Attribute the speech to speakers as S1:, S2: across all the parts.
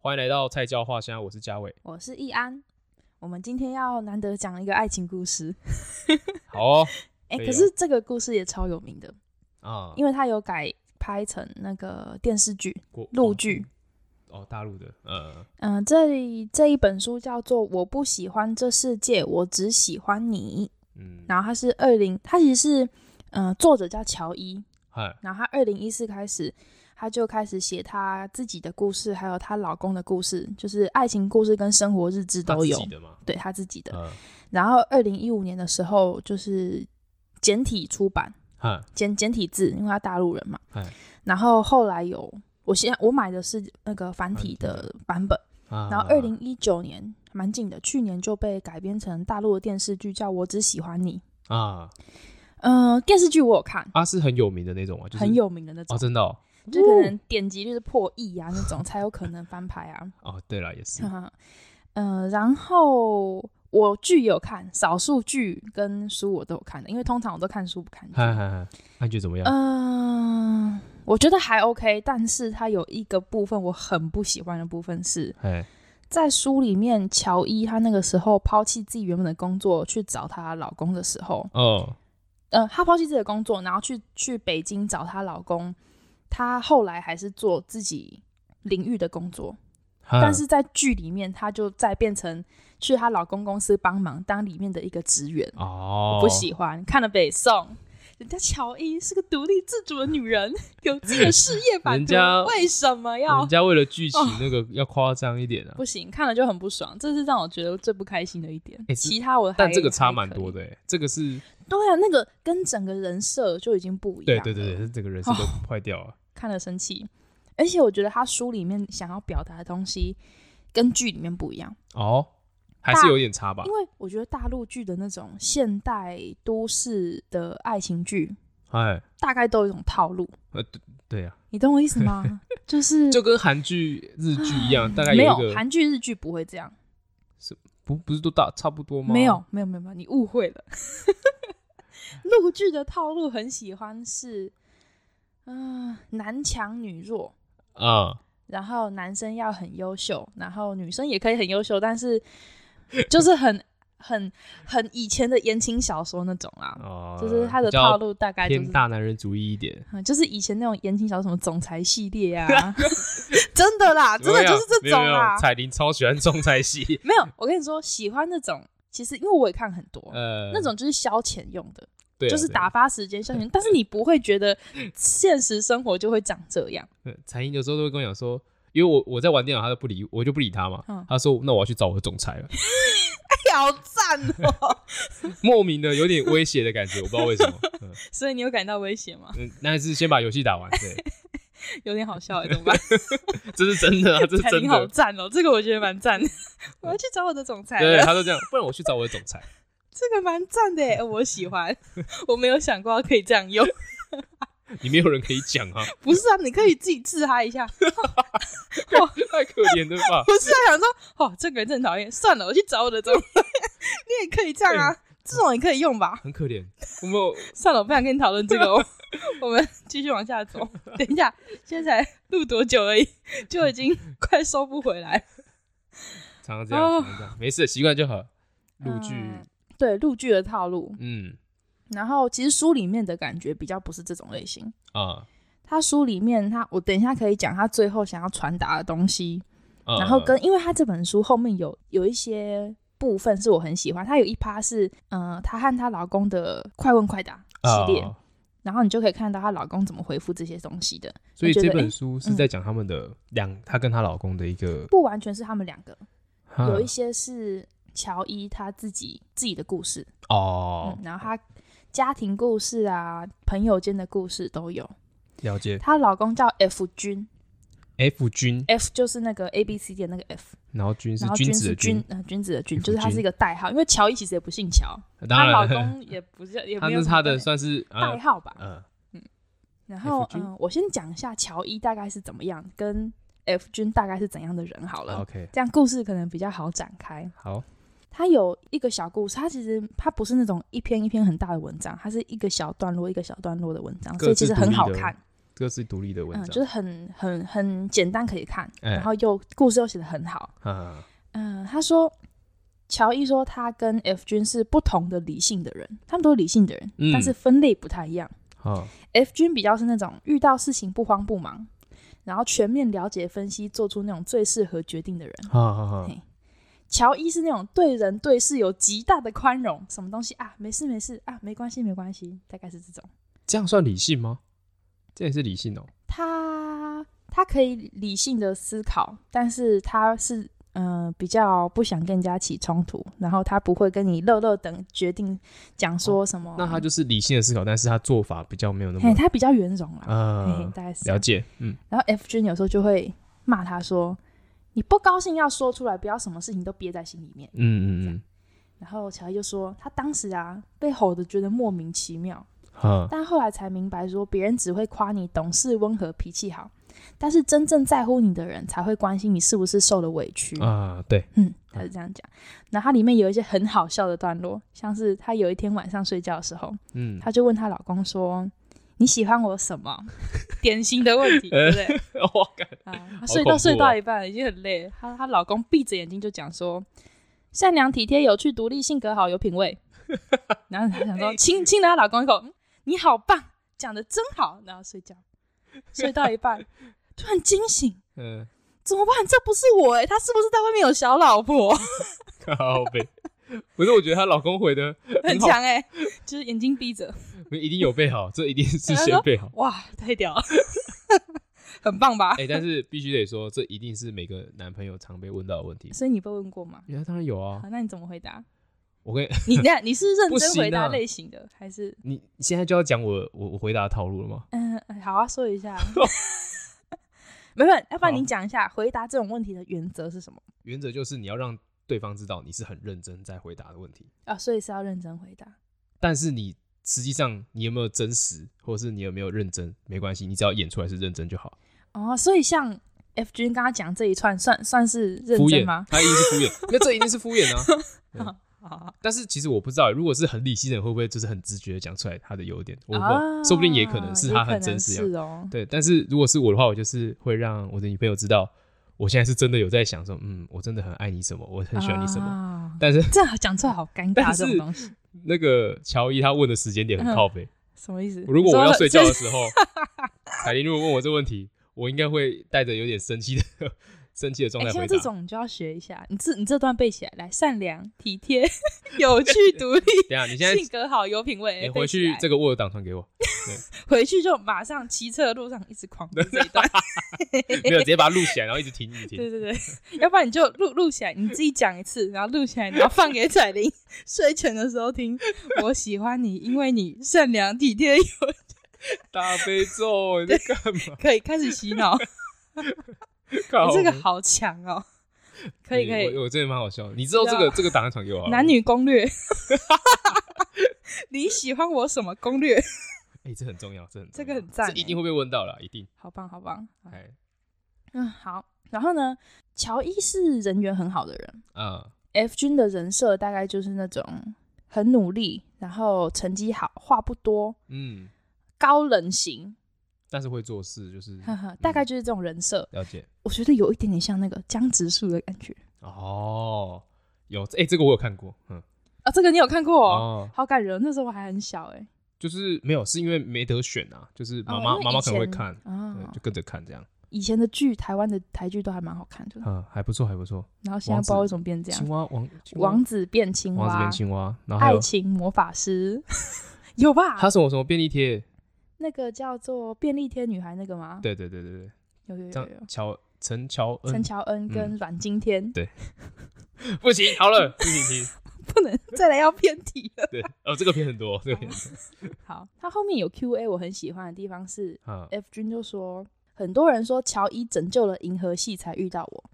S1: 欢迎来到菜教话，现在我是嘉伟。
S2: 我是易安。我们今天要难得讲一个爱情故事，
S1: 好哦，
S2: 哎、
S1: 可以
S2: 可
S1: 哦
S2: 是这个故事也超有名的，
S1: 啊，
S2: 因为它有改拍成那个电视剧、
S1: 国
S2: 陆剧。
S1: 哦，大陆的，呃，
S2: 嗯、这里这一本书叫做《我不喜欢这世界，我只喜欢你》，
S1: 嗯，
S2: 然后它是二零，它其实是嗯、呃作者叫乔伊，
S1: 嗨，
S2: 然后她二零一四开始，她就开始写她自己的故事，还有她老公的故事，就是爱情故事跟生活日志
S1: 他
S2: 都
S1: 自
S2: 有
S1: 己，的嘛，
S2: 对她自己的。
S1: 嗯，
S2: 然后二零一五年的时候，就是简体出版
S1: 嗨，
S2: 简简体字，因为她大陆人嘛
S1: 嗯。
S2: 然后后来有，我现在我买的是那个繁体的版本。
S1: 然
S2: 然后二零一九年蛮近的，去年就被改编成大陆的电视剧，叫《我只喜欢你》。
S1: 啊，
S2: 呃，电视剧我有看，
S1: 啊是很有名的那种啊，就是
S2: 很有名的那种
S1: 哦，。真的哦，
S2: 就可能点击率是破亿啊那种，才有可能翻拍啊。
S1: 哦，对了，也是，
S2: 嗯、然后我剧有看，少数剧跟书我都有看的，因为通常我都看书不看
S1: 嗨嗨
S2: 剧。
S1: 嗨，那你觉得怎么
S2: 呃
S1: 样？
S2: 嗯、我觉得还 OK，但是它有一个部分我很不喜欢的部分是
S1: 哎，
S2: 在书里面，乔伊她那个时候抛弃自己原本的工作去找她老公的时候，
S1: 哦，
S2: 呃，她抛弃自己的工作，然后去去北京找她老公，她后来还是做自己领域的工作。
S1: 哈
S2: 但是在剧里面，她就再变成去她老公公司帮忙当里面的一个职员。
S1: 哦
S2: 我，不喜欢看了北宋，人家乔伊是个独立自主的女人， 有自己的事业版
S1: 人
S2: 图
S1: 家，
S2: 为什么要哦
S1: 人家为了剧情那个要夸张一点啊，
S2: 不行？看了就很不爽，这是让我觉得最不开心的一点。
S1: 欸是
S2: 其他我还
S1: 但这个差蛮多。
S2: 还可
S1: 的欸，这个是
S2: 以对啊，那个跟整个人设就已经不一样哦
S1: 对
S2: 了。
S1: 对对对，整个人生都坏掉了，
S2: 看了生气。而且我觉得他书里面想要表达的东西跟剧里面不一样，
S1: 哦，还是有点差吧
S2: 因，为我觉得大陆剧的那种现代都市的爱情剧，
S1: 哎，
S2: 大概都有一种套路，
S1: 呃对啊呀，
S2: 你懂我意思吗？ 就是
S1: 就跟韩剧、日剧一 样，大概
S2: 没
S1: 一
S2: 有
S1: 个
S2: 韩剧、日剧不会这样，
S1: 不不是都大差不多吗？
S2: 没有，没有，没有，没有，你误会 了。陆剧的套路很喜欢是，嗯、男强女弱，
S1: 啊，
S2: 然后男生要很优秀，然后女生也可以很优秀，但是就是很很很以前的言情小说那种啦，
S1: 哦，
S2: 就是他的
S1: 比较
S2: 套路大概就
S1: 偏
S2: 是。
S1: 大男人主义一点，
S2: 嗯，就是以前那种言情小说，什么总裁系列 啊，真的啦，真的就是这种啊
S1: 没有没
S2: 啦
S1: 有。彩铃超喜欢仲裁戏，
S2: 没有，我跟你说，喜欢那种，其实因为我也看很多，
S1: 呃，
S2: 那种就是消遣用的，
S1: 对啊
S2: 就是打发时间消遣。但是你不会觉得现实生活就会长这样，
S1: 对彩铃有时候都会跟我讲说。因为我我在玩电脑，他都不理我，就不理他嘛。
S2: 嗯
S1: 他说：“那我要去找我的总裁了。
S2: 挑战哦。”
S1: 莫名的有点威胁的感觉，我不知道为什么。嗯
S2: 所以你有感到威胁吗？
S1: 嗯，那还是先把游戏打完。对，
S2: 有点好笑哎、怎么办？
S1: 这是真的啊， 这是
S2: 彩
S1: 真
S2: 铃好
S1: 的。
S2: 赞哦，这个我觉得蛮 赞的。我要去找我的总裁
S1: 对，
S2: 了，
S1: 他都这样。不然我去找我的总裁。
S2: 这个蛮赞的哎，我 喜欢。我没有想过可以这样用，
S1: 你没有人可以讲啊，
S2: 不是啊？你可以自己自嗨一下，
S1: 太可怜了吧？
S2: 不是啊？想说哦，这个人真讨厌，算了，我去找我的总裁。 你也可以这样啊，这种也可以用吧？
S1: 很可怜。我们有
S2: 算了，我不想跟你讨论这 个哦，我们继续往下 走。等一下，现在才录多久而已， 就已经快收不回来。
S1: 常常这样，常常这样，没事，习惯就好。陆剧，
S2: 哦嗯对陆剧的套路，
S1: 嗯
S2: 然后其实书里面的感觉比较不是这种类型。
S1: 啊，
S2: 他书里面他，我等一下可以讲他最后想要传达的东西，
S1: 啊
S2: 然后跟因为他这本书后面有有一些部分是我很喜欢，他有一趴是呃，她和她老公的快问快答系列，
S1: 啊
S2: 然后你就可以看到她老公怎么回复这些东西的。
S1: 所以
S2: 就觉
S1: 这
S2: 得
S1: 本
S2: 诶嗯
S1: 书是在讲他们的两，她跟她老公的一个
S2: 不完全是他们两个，
S1: 哈
S2: 有一些是乔伊他自己自己的故事，
S1: 哦
S2: 嗯，，然后他家庭故事啊、朋友间的故事都有。
S1: 了解。
S2: 她老公叫 F 君
S1: F 君，
S2: ，F 就是那个 A B C 的那个 F，
S1: 然后君是
S2: 然后
S1: 君子
S2: 是
S1: 的君
S2: 君，，呃，君子的君，
S1: F
S2: 就是他
S1: 君
S2: 是一个代号，因为乔伊其实也不姓乔，
S1: 当
S2: 她老
S1: 然 了，
S2: 公也不是，也
S1: 他
S2: 没有
S1: 是
S2: 什
S1: 他
S2: 么
S1: 的
S2: 代
S1: 算是
S2: 代
S1: 啊
S2: 号吧。
S1: 嗯
S2: 然后
S1: F 君
S2: 嗯，我先讲一下乔伊大概是怎么样，跟 F 君大概是怎样的人好了，
S1: ，OK，
S2: 这样故事可能比较好展开。
S1: 好，
S2: 它有一个小故事，它其实它不是那种一篇一篇很大的文章，它是一个小段落一个小段落的文章，
S1: 各
S2: 所以其
S1: 自
S2: 实
S1: 独
S2: 很
S1: 立
S2: 好
S1: 的
S2: 看。
S1: 各自独立的文
S2: 嗯，
S1: 章，
S2: 就是很很很简单可以看，
S1: 哎
S2: 然后又故事又写得很好。
S1: 啊，
S2: 嗯，他说乔伊说他跟 F 君是不同的理性的人，他们都是理性的人，
S1: 嗯
S2: 但是分类不太一样。
S1: 好，
S2: F 君比较是那种遇到事情不慌不忙，然后全面了解分析，做出那种最适合决定的人。
S1: 好好好
S2: 嘿，乔伊是那种对人对事有极大的宽容，什么东西啊，没事没事啊，没关系没关系，大概是这种。
S1: 这样算理性吗？这也是理性哦，
S2: 他他可以理性的思考，但是他是呃比较不想跟人家起冲突，然后他不会跟你乐乐等决定讲说什么。
S1: 哦那他就是理性的思考，但是他做法比较没有那
S2: 嘿，
S1: 么
S2: 他比较圆融啦，嘿嘿
S1: 啊，
S2: 大概是 这
S1: 了
S2: 样。
S1: 解，嗯，
S2: 然后 F 君有时候就会骂他说：“你不高兴要说出来，不要什么事情都憋在心里面。”
S1: 嗯嗯
S2: 然后乔伊就说，他当时啊被吼的觉得莫名其妙，
S1: 嗯，好，
S2: 但后来才明白说，别人只会夸你懂事、温和、脾气好，但是真正在乎你的人才会关心你是不是受了委屈。
S1: 啊，对，
S2: 嗯，他是这样讲。然后它里面有一些很好笑的段落，像是她有一天晚上睡觉的时候，
S1: 嗯，
S2: 她就问她老公说：“你喜欢我什么？”典型的问题，对不对？
S1: 我感
S2: 啊，她
S1: 好
S2: 睡
S1: 恐
S2: 到
S1: 怖
S2: 睡
S1: 哦
S2: 到一半已经很累了，她她老公闭着眼睛就讲说：“善良、体贴、有趣、独立、性格好、有品味。” 然后她 想
S1: 哎
S2: 说，亲亲了她老公一口，嗯你好棒，讲的真好，然后睡觉，睡到一半突然惊醒，
S1: 嗯，
S2: 怎么办？这不是我哎、他是不是在外面有小老婆？
S1: 靠背， 不是，我觉得她老公回的
S2: 很
S1: 好
S2: 强哎、就是眼睛闭着，
S1: 一定有备好，这一定是
S2: 他
S1: 先
S2: 说
S1: 备好。
S2: 哇，太屌了， 很棒吧？
S1: 哎、但是必须得说，这一定是每个男朋友常被问到的问题。
S2: 所以你被问过吗？
S1: 原来当然有啊
S2: 好，，那你怎么回答？
S1: 我跟
S2: 你这样你是认
S1: 不
S2: 真
S1: 行啊
S2: 回答类型的，还是
S1: 你 你现在就要讲我我我回答的套路了吗？
S2: 嗯，好啊，说一下。 没有，要不
S1: 好
S2: 然你讲一下回答这种问题的原则是什么
S1: 原则就是你要让对方知道你是很认真在回答的问题，
S2: 啊？所以是要认真回答。
S1: 但是你实际上你有没有真实，或者是你有没有认真，没关系，你只要演出来是认真就好。
S2: 哦，所以像 F 君刚刚讲这一串，算算是认
S1: 敷
S2: 真
S1: 衍
S2: 吗？，
S1: 他一定是敷衍，那这一定是敷衍啊。
S2: 啊，
S1: 但是其实我不知道，如果是很理性的人，会不会就是很直觉的讲出来他的优点？我不知道、
S2: 啊
S1: 说不定也可能是他很真实啊的样子
S2: 也可能是哦。
S1: 对，但是如果是我的话，我就是会让我的女朋友知道，我现在是真的有在想说，嗯，我真的很爱你什么，我很喜欢你什么。
S2: 么？
S1: 但是
S2: 啊这样讲出来好尴尬，
S1: 但
S2: 这
S1: 是
S2: 种东西
S1: 那个乔伊他问的时间点很靠北，
S2: 什么意思？
S1: 如果我
S2: 嗯你
S1: 要
S2: 说
S1: 睡觉的时候，凯琳如果问我这问题，我应该会带着有点生气的 生气的状
S2: 哎，
S1: 态
S2: 像
S1: 回
S2: 这
S1: 答。
S2: 种你就要学一下，你这你这段背起来，来善良、体贴、 有趣、独立、
S1: 等一下你现在
S2: 性格好、有品味。
S1: 你
S2: 哎
S1: 回
S2: 背起
S1: 去
S2: 来
S1: 这个 Word 档传给我，
S2: 回去就马上骑车的路上一直 狂读这一段。
S1: 没有直接把它录起来，然后一直听一直听。
S2: 对对对， 要不然你就录录起来，你自己讲一次，然后录起来，然后放给彩铃 睡前的时候听。我喜欢你，因为你善良体贴，有
S1: 大悲咒，你在干嘛？
S2: 可以开始洗脑。
S1: 靠
S2: 你这个好强哦！可以可
S1: 哎
S2: 以，啊
S1: 我我真的蛮好笑的。你知道这个这个档案传给我好了，
S2: 男女攻略。 你喜欢我什么攻略？
S1: 哎、这很重要，这很重要
S2: 这个很赞
S1: 这一
S2: 欸
S1: 定会被问到了，一定。
S2: 好棒好棒，
S1: 哎
S2: 嗯好。然后呢，乔伊是人缘很好的人。
S1: 啊
S2: F 君的人设大概就是那种很努力，然后成绩好，话不多，
S1: 嗯，
S2: 高冷型，
S1: 但是会做事就是嗯
S2: 呵呵，大概就是这种人设。
S1: 了解
S2: 我觉得有一点点像那个江直树的感觉
S1: 哦。有哎、这个我有看过，嗯
S2: 啊，这个你有看过哦？
S1: 哦，
S2: 好感人哦，那时候我还很小哎、
S1: 就是没有，是因为没得选啊，就是妈
S2: 哦
S1: 妈
S2: 因为
S1: 妈妈可能会
S2: 以前
S1: 看，对，
S2: 啊
S1: 就。跟着看这样，
S2: 以前的剧，台湾的台剧都还蛮好看的，
S1: 嗯，还不错还不错。
S2: 然后现在
S1: 王
S2: 不
S1: 子
S2: 知道为什么变这
S1: 青
S2: 样。
S1: 蛙王青蛙
S2: 王子变青
S1: 王子
S2: 蛙
S1: 变，青蛙，然后还
S2: 爱
S1: 有
S2: 情魔法师 有吧
S1: 还？有什么什么便利贴，
S2: 那个叫做便利贴女孩那个吗？
S1: 对对对对对，
S2: 有有
S1: 这
S2: 有有
S1: 样。乔陈乔
S2: 陈
S1: 恩，
S2: 乔恩跟阮经天、
S1: 不行，好 了，不行听，
S2: 不能再来要偏题了。
S1: 对，哦，这个片很多，这个片很
S2: 好，他后面有 Q&A，我很喜欢的地方是
S1: 多啊
S2: F 君就说，很多人说乔伊拯救了银河系才遇到我，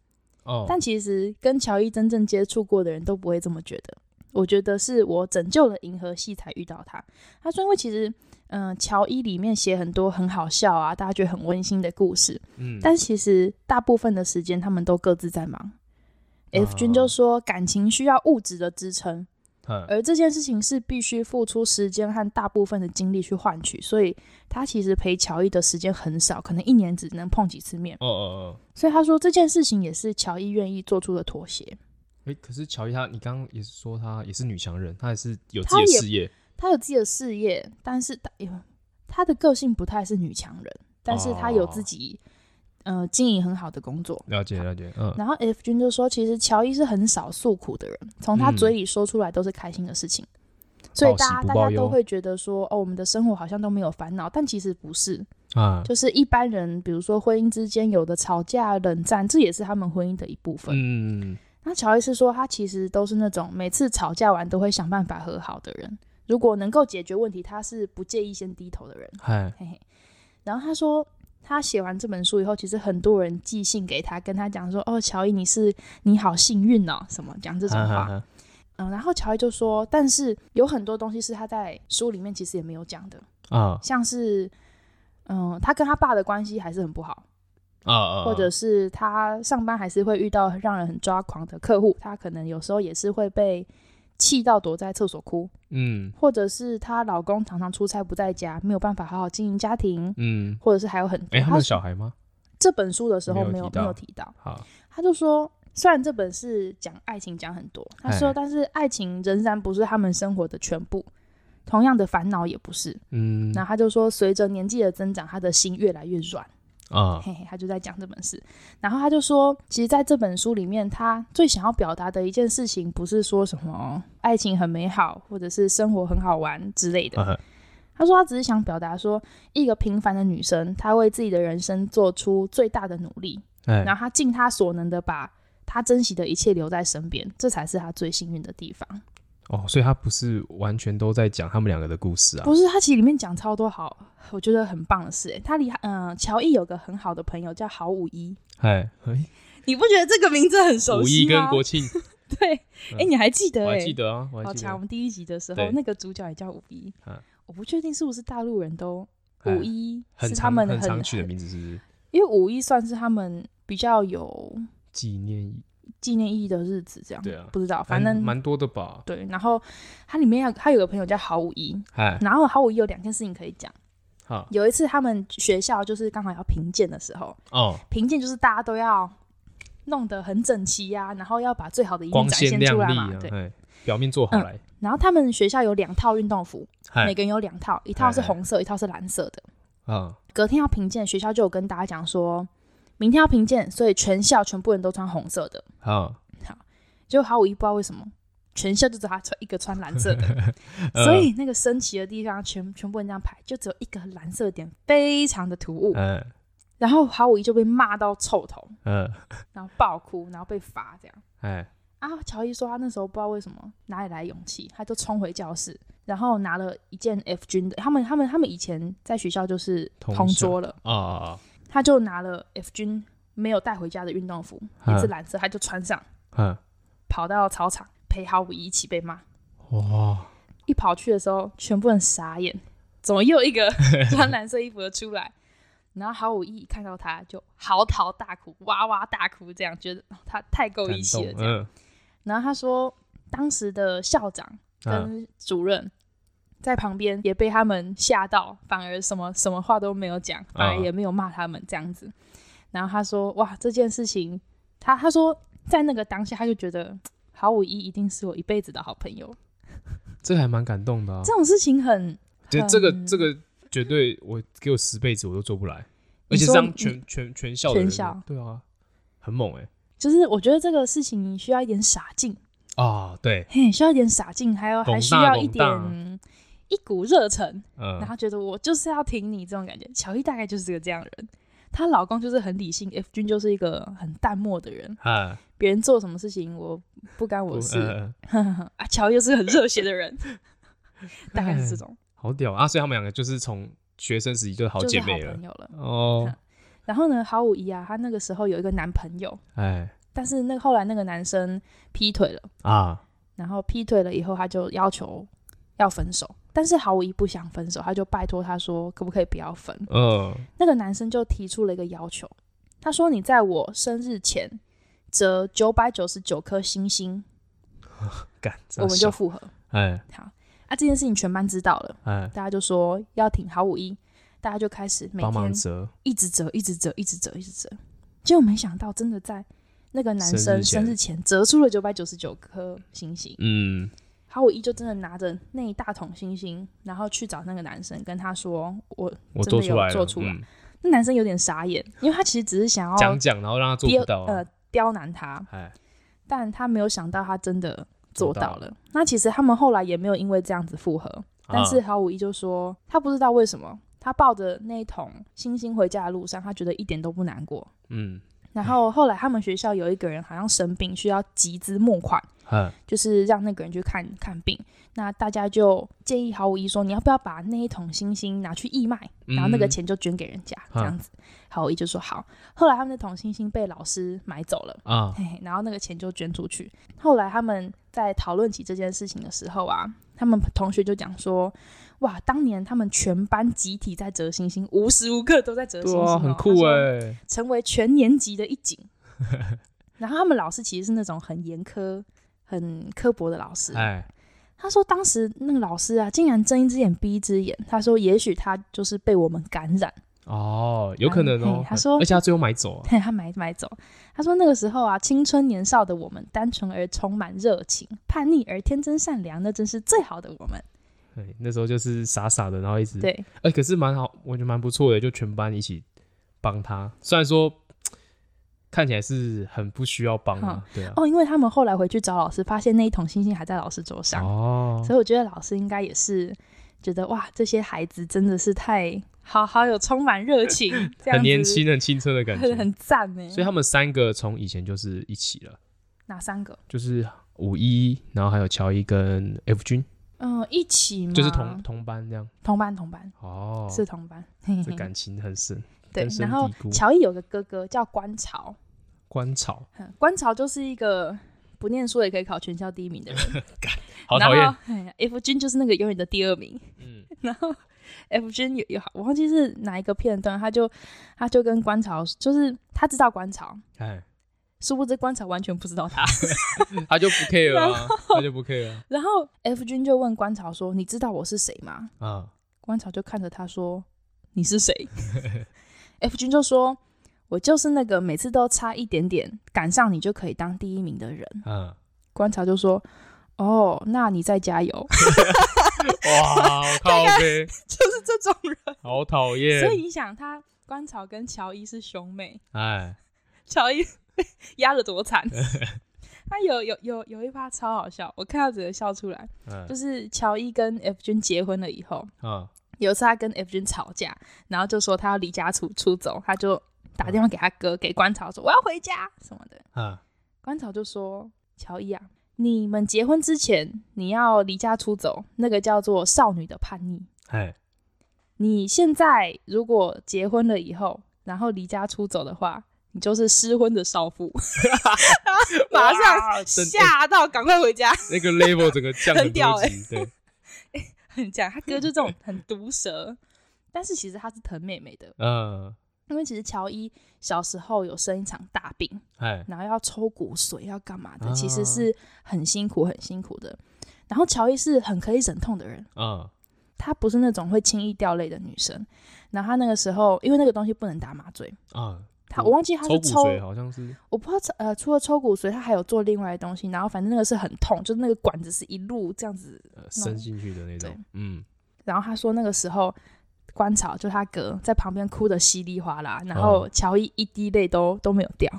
S1: 哦，
S2: 但其实跟乔伊真正接触过的人都不会这么觉得。我觉得是我拯救了银河系才遇到他。他说，因为其实，嗯、乔伊里面写很多很好笑啊，大家觉得很温馨的故事，
S1: 嗯，
S2: 但其实大部分的时间他们都各自在忙。F 君就说，感情需要物质的支撑，
S1: 嗯
S2: 而这件事情是必须付出时间和大部分的精力去换取，所以他其实陪乔伊的时间很少，可能一年只能碰几次面。
S1: 哦哦哦，
S2: 所以他说这件事情也是乔伊愿意做出的妥协。
S1: 哎、可是乔伊她，你刚刚也是说她也是女强人，她也是有自
S2: 她
S1: 己
S2: 也
S1: 的事业，
S2: 他有自己的事业，但是他哎呦他的个性不太是女强人，但是他
S1: 哦
S2: 有自己、呃经营很好的工作。
S1: 了解了解，嗯
S2: 然后 F 君就说，其实乔伊是很少诉苦的人，从他
S1: 嗯
S2: 嘴里说出来都是开心的事情，所以
S1: 报喜
S2: 大家
S1: 不
S2: 大
S1: 报
S2: 家都
S1: 忧
S2: 会觉得说，哦，我们的生活好像都没有烦恼，但其实不是，
S1: 啊，
S2: 就是一般人，比如说婚姻之间有的吵架、冷战，这也是他们婚姻的一部分。
S1: 嗯，
S2: 那乔伊是说，他其实都是那种每次吵架完都会想办法和好的人，如果能够解决问题，他是不介意先低头的人。
S1: 嗨，
S2: 嘿嘿。然后他说，他写完这本书以后，其实很多人寄信给他，跟他讲说：“哦，乔伊，你是你好幸运哦，什么讲这种
S1: 哈
S2: 话。
S1: 哈哈
S2: 嗯，然后乔伊就说，但是有很多东西是他在书里面其实也没有讲的，
S1: 啊
S2: 像是。嗯，他跟他爸的关系还是很不好，
S1: 啊啊，
S2: 或者是他上班还是会遇到让人很抓狂的客户，他可能有时候也是会被气到躲在厕所哭，
S1: 嗯
S2: 或者是她老公常常出差不在家，没有办法好好经营家庭，
S1: 嗯，
S2: 或者是还有很多。
S1: 哎、他们有
S2: 说
S1: 小孩吗？
S2: 这本书的时候没
S1: 没有
S2: 有
S1: 提
S2: 没
S1: 到
S2: 有提到，
S1: 好，
S2: 他就说，虽然这本是讲爱情讲很多，他说，
S1: 哎
S2: 但是爱情仍然不是他们生活的全部，同样的烦恼也不是。
S1: 嗯
S2: 那他就说，随着年纪的增长，他的心越来越软。
S1: 啊
S2: 嘿嘿，他就在讲这本事。然后他就说，其实在这本书里面，他最想要表达的一件事情，不是说什么爱情很美好，或者是生活很好玩之类的。
S1: 啊
S2: 他说，他只是想表达说，一个平凡的女生，她为自己的人生做出最大的努力，
S1: 哎
S2: 然后她尽她所能的把她珍惜的一切留在身边，这才是她最幸运的地方。
S1: 哦，所以他不是完全都在讲他们两个的故事啊
S2: 不是，他其实里面讲超多好，我觉得很棒的事、欸。他离嗯、乔伊有个很好的朋友叫郝五一，
S1: 哎，哎
S2: 你不觉得这个名字很熟
S1: 五
S2: 悉
S1: 一
S2: 吗？
S1: 跟国庆，
S2: 对，哎、
S1: 嗯
S2: 你还记得、
S1: 我
S2: 哎，
S1: 还记得啊，我还
S2: 好
S1: 记
S2: 强！
S1: 得
S2: 我们第一集的时候
S1: 对，
S2: 那个主角也叫五一
S1: 嗯，
S2: 我不确定是不是大陆人都
S1: 哎
S2: 五一
S1: 很
S2: 是
S1: 常
S2: 他们
S1: 很常
S2: 很
S1: 取的名字是不是？
S2: 因为五一算是他们比较有
S1: 纪念意，
S2: 纪念意义的日子，这样
S1: 对啊
S2: 不知道，反正
S1: 蛮多的吧，
S2: 对。然后他里面有他有个朋友叫郝五一，
S1: 哎，
S2: 然后郝五一有两件事情可以讲。
S1: 好
S2: 有一次他们学校就是刚好要评鉴的时候，
S1: 哦，
S2: 评鉴就是大家都要弄得很整齐呀、然后要把最好的一面
S1: 光
S2: 展
S1: 鲜
S2: 现
S1: 亮
S2: 出来
S1: 丽
S2: 嘛，
S1: 啊
S2: 对，。
S1: 哎，表面做好来，
S2: 然后他们学校有两套运动服，
S1: 哎
S2: 每个人有两套，一套是
S1: 哎哎
S2: 红色，一套是蓝色的。
S1: 啊
S2: 隔天要评鉴，学校就有跟大家讲说，明天要评鉴，所以全校全部人都穿红色的。
S1: 好，
S2: 结果毫无一不知道为什么，全校就只有他穿一个穿蓝色的，
S1: 呃
S2: 所以那个升旗的地方全全部人这样排，就只有一个蓝色点非常的突兀。
S1: 嗯
S2: 然后毫无一就被骂到臭头，
S1: 嗯，
S2: 然后爆哭，然后被罚这样。
S1: 哎
S2: 啊，乔伊说他那时候不知道为什么哪里来勇气，他就冲回教室，然后拿了一件 F 军的，他们他们他们以前在学校就是
S1: 同
S2: 同
S1: 校
S2: 桌了，
S1: 啊啊
S2: 他就拿了 F 军没有带回家的运动服，
S1: 嗯
S2: 也是蓝色，他就穿上，
S1: 啊，跑
S2: 跑到操场陪郝武一起被骂。
S1: 哇，
S2: 一跑去的时候，全部人傻眼，怎么又一 个穿蓝色衣服的出来？然后郝武一看到他就嚎啕大哭，哇哇大哭，这样觉得哦他太够
S1: 感
S2: 义气了
S1: 动
S2: 这样。
S1: 嗯
S2: 然后他说，当时的校长
S1: 啊
S2: 跟主任在旁边也被他们吓到，反而什么什么话都没有讲，反
S1: 啊
S2: 而也没有骂他们这样子。然后他说：“哇，这件事情，他他说在那个当下，他就觉得嗯郝五一一定是我一辈子的好朋
S1: 啊
S2: 友。
S1: 这还蛮感动的啊
S2: 这，种事情很，
S1: 就这个
S2: 很
S1: 这个绝对我给我十辈子我都做不来，而
S2: 你
S1: 且
S2: 说
S1: 这样
S2: 你
S1: 全全全校的人
S2: 全校，
S1: 对啊，很猛哎
S2: 就是我觉得这个事情你需要一点傻劲，
S1: 啊，对，
S2: 嘿，需要一点傻劲，还有
S1: 懂大
S2: 还需要一
S1: 懂大
S2: 点一股热忱，然
S1: 嗯
S2: 后觉得我就是要挺你这种感觉。乔伊大概就是个这样的人，她老公就是很理性，F 君就是一个很淡漠的人，
S1: 啊，
S2: 别人做什么事情我不干我
S1: 不
S2: 的事。
S1: 呃
S2: 啊，乔伊又是很热血的 人，大概是这种，
S1: 好屌啊！所以他们两个就是从学生时期就是好
S2: 就是
S1: 姐
S2: 好
S1: 妹啊了
S2: 朋。友了。
S1: 哦，
S2: 然后呢，郝五一啊，她那个时候有一个男朋友，
S1: 哎
S2: 但是那个后来那个男生劈腿了，
S1: 啊，
S2: 然后劈腿了以后，她就要求要分手。但是郝五一不想分手，她就拜托他说，可不可以不要分？
S1: 嗯
S2: 那个男生就提出了一个要求，他说：“你在我生日前折九百九十九颗星星，
S1: 干，
S2: 我们就复合。
S1: 哎
S2: 啊，这件事情全班知道了，
S1: 哎，
S2: 大家就说要挺好五一，大家就开始每
S1: 帮忙
S2: 天
S1: 折，
S2: 一直折，一直折，一直折，一直折。结果没想到，真的在那个男
S1: 生日
S2: 生生
S1: 前
S2: 日前折出了九百九十九颗星星。
S1: 嗯，
S2: 好，我一就真的拿着那一大桶星星，然后去找那个男生，跟他说我
S1: 我
S2: 真
S1: 做
S2: 的
S1: 出
S2: 有
S1: 来了，
S2: 做出来
S1: 嗯
S2: 那男生有点傻眼，因为他其实只是想要
S1: 讲讲，然后让他做
S2: 刁
S1: 不到啊
S2: 呃，刁难他，
S1: 哎，
S2: 但他没有想到他真的做
S1: 做到
S2: 到了。那其实他们后来也没有因为这样子复合，但是
S1: 啊
S2: 毫无疑就说他不知道为什么，他抱着那一桶星星回家的路上，他觉得一点都不难过。
S1: 嗯，
S2: 然后后来他们学校有一个人好像生病，需要集资募款，
S1: 哎，
S2: 就是让那个人去看看病。那大家就建议毫无疑说，你要不要把那一桶星星拿去义卖，然后那个
S1: 嗯
S2: 钱就捐给人家、
S1: 嗯
S2: 这样子。毫无疑就说好。后来他们那桶星星被老师买走了。
S1: 啊，
S2: 嘿，然后那个钱就捐出去。后来他们在讨论起这件事情的时候啊，他们同学就讲说，哇，当年他们全班集体在折星星，无时无刻都在折星
S1: 对
S2: 星、哦
S1: 啊，很酷哎、
S2: 哎，成为全年级的一景。 然后他们老师其实是那种很严苛、很刻薄的老师。
S1: 哎，
S2: 他说当时那个老师啊，竟然睁一只眼闭一只眼。他说，也许他就是被我们感染。
S1: 哦，有可能
S2: 然
S1: 哦
S2: 后嗯嘿。他说
S1: 而且他最后买走啊，
S2: 嘿，他买买走。他说那个时候啊，青春年少的我们，单纯而充满热情，叛逆而天真善良，那真是最好的我们。
S1: 哎，那时候就是傻傻的，然后一直，
S2: 对，
S1: 哎，可是蛮好，我觉得蛮不错的，就全班一起帮他。虽然说看起来是很不需要帮啊，对啊，
S2: 哦，因为他们后来回去找老师，发现那一桶星星还在老师桌上，
S1: 哦，
S2: 所以我觉得老师应该也是觉得哇，这些孩子真的是太好好有充满热 情，这样
S1: 很年
S2: 子
S1: 轻、很青春的感
S2: 很
S1: 觉。
S2: 很赞呢。
S1: 所以他们三个从以前就是一起了，
S2: 哪三个？
S1: 就是五一，然后还有乔伊跟 F 君，
S2: 嗯，一起吗？
S1: 就是同同班这样。
S2: 同班，同班、
S1: 哦，
S2: 啊是同班。嘿
S1: 这
S2: 嘿
S1: 感情很深。
S2: 对
S1: 根，深
S2: 然后
S1: 蒂固
S2: 乔伊有个哥哥叫观潮，
S1: 观潮，
S2: 嗯 观潮就是一个不念书也可以考全校第一名的人，
S1: 好
S2: 然
S1: 讨厌。
S2: 后哎 F 君就是那个永远的第二名，
S1: 嗯，
S2: 然后 F 君有有我忘记是哪一个片段，他就他就跟观潮，就是他知道观潮，
S1: 哎，
S2: 殊不知观潮完全不知道
S1: 啊
S2: 他，
S1: 他就不 care 啊，他就不 care 啊
S2: 然后 F 君就问观潮说：“你知道我是谁吗
S1: 啊。？”
S2: 观潮就看着他说：“你是谁 ？”F 君就说。我就是那个每次都差一点点赶上你就可以当第一名的人。
S1: 嗯，
S2: 观潮就说：“哦，那你再加油。”
S1: 哇，靠背，
S2: 就是这种人。
S1: 好讨厌。
S2: 啊所以你想，他观潮跟乔伊是兄妹，
S1: 哎，
S2: 乔伊 压了多惨。他有有有有一趴超好笑，我看到直接笑出来。
S1: 嗯
S2: 就是乔伊跟 F 君结婚了以后，
S1: 啊，
S2: 有一次他跟 F 君吵架，然后就说他要离家出出走，他就打电话给他哥，给观潮说我要回家什么的。
S1: 嗯，
S2: 观潮就说：“乔伊啊，你们结婚之前你要离家出走，那个叫做少女的叛逆。”
S1: 哎，
S2: 你现在如果结婚了以后，然后离家出走的话，你就是失婚的 少妇， 马上
S1: 哇真哎
S2: 吓到，赶快回家。
S1: 那个 level 整个降
S2: 很
S1: 很
S2: 屌
S1: 多
S2: 哎
S1: 级， 对，
S2: 很讲他哥就这 种很毒舌，但是其实他是疼妹妹的，
S1: 嗯，
S2: 因为其实乔伊小时候有生一场大病，
S1: 哎，
S2: 然后要抽骨髓要干嘛的，
S1: 啊
S2: 其实是很辛苦很辛苦的。然后乔伊是很可以忍痛的人，
S1: 嗯，
S2: 她不是那种会轻易掉泪的女生。然后她那个时候，因为那个东西不能打麻醉，
S1: 啊，
S2: 她
S1: 嗯
S2: 我忘记她
S1: 抽
S2: 是
S1: 骨
S2: 抽
S1: 髓好像是，
S2: 我不知道抽呃，除了抽骨髓，他还有做另外的东西，然后反正那个是很痛，就是那个管子是一路这样子。
S1: 呃，伸进去的那种
S2: 对，
S1: 嗯，
S2: 然后他说那个时候，观潮就他哥在旁边哭的稀里哗啦，然
S1: 哦
S2: 后乔伊一滴泪都都没有掉。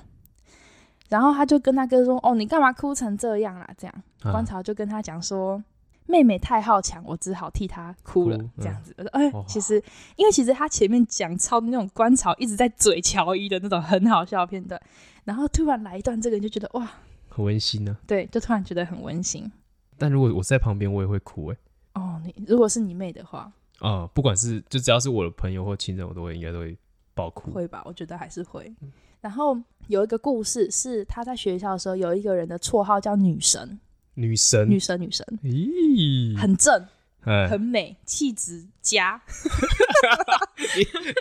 S2: 然后他就跟他哥说：“哦，你干嘛哭成这样啦？”这样，
S1: 啊
S2: 观潮就跟他讲说：“妹妹太好强，我只好替她哭了。
S1: 哭
S2: 这样子，我说：“哎、
S1: 哇
S2: 其实因为其实他前面讲超那种观潮一直在嘴乔伊的那种很好笑的片段，然后突然来一段这个，你就觉得哇，
S1: 很温馨呢。
S2: 对，就突然觉得很温馨。
S1: 但如果我在旁边，我也会哭哎。
S2: 哦，你如果是你妹的话，
S1: 啊，不管是就只要是我的朋友或亲人，我都会应该都会爆哭。
S2: 会吧？我觉得还是会。然后有一个故事是他在学校的时候，有一个人的绰号叫女神，
S1: 女神
S2: 女，神，女神，
S1: 咦，
S2: 很正，
S1: 哎，
S2: 很美，气质佳。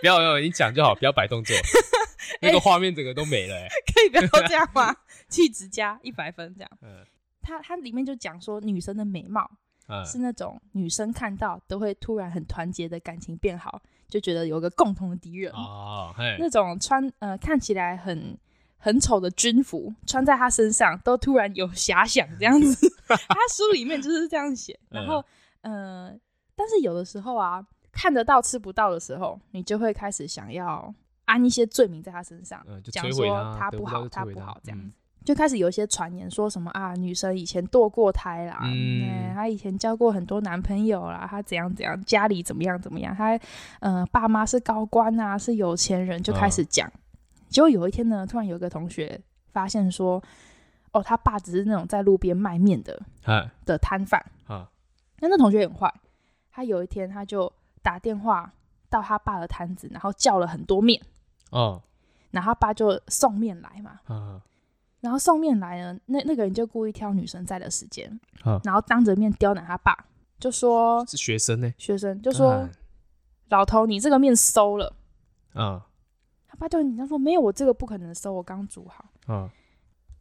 S1: 不要不要，你讲就好，不要摆动 作，那个画面整个都没了哎。
S2: 可以不要这样吗？气质佳，一百分这样。
S1: 嗯
S2: 它它里面就讲说女生的美貌
S1: 嗯，
S2: 是那种女生看到都会突然很团结的感情变好，就觉得有个共同的敌人。
S1: 哦，嘿，
S2: 那种穿呃看起来很很丑的军服穿在她身上，都突然有遐想这样子。 他书里面就是这样写，
S1: 嗯
S2: 然后呃，但是有的时候啊，看得到吃不到的时候，你就会开始想要安一些罪名在她身上，
S1: 嗯，就
S2: 讲
S1: 摧
S2: 说
S1: 毁他
S2: 不好，
S1: 他嗯
S2: 不好这样子。
S1: 子。
S2: 就开始有一些传言说什么啊，女生以前堕过胎啦，
S1: 嗯
S2: 嗯，她以前交过很多男朋友啦，她怎样怎样，家里怎么样怎么样，她呃爸妈是高官啊，是有钱人，就开
S1: 嗯
S2: 始讲。结果有一天呢，突然有一个同学发现说，哦，他爸只是那种在路边卖面的
S1: 哎，
S2: 的摊贩。
S1: 啊，
S2: 那那同学也很坏，他有一天他就打电话到他爸的摊子，然后叫了很多面，
S1: 哦，
S2: 然后他爸就送面来嘛。
S1: 啊，
S2: 然后送面来呢，那那个人就故意挑女生在的时间，
S1: 啊
S2: 然后当着面刁难他爸，就说
S1: 是学生呢，
S2: 学生就
S1: 就
S2: 说、老头你这个面馊了，
S1: 啊
S2: 他爸就你他说没有我这个不可能馊，我刚煮好。
S1: 啊，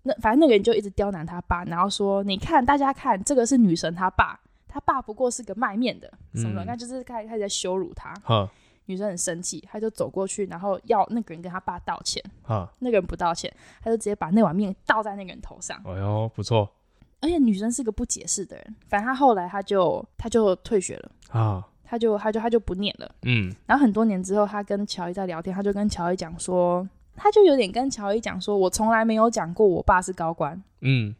S2: 那反正那个人就一直刁难他爸，然后说你看大家看这个是女神他爸，他爸不过是个卖面的什么的，
S1: 嗯
S2: 那、就是开开始在羞辱他。
S1: 哈
S2: 女生很生气，她就走过去，然后要那个人跟他爸道歉，
S1: 哈，
S2: 那个人不道歉，他就直接把那碗面倒在那个人头上。
S1: 哎呦，不错
S2: 而且女生是个不解释的人，反正她后来她就她就退学了，
S1: 啊，
S2: 她就她就她就不念了。
S1: 嗯，
S2: 然后很多年之后，她跟乔伊在聊天，她就跟乔伊讲说，她就有点跟乔伊讲说，我从来没有讲过我爸是高官，
S1: 嗯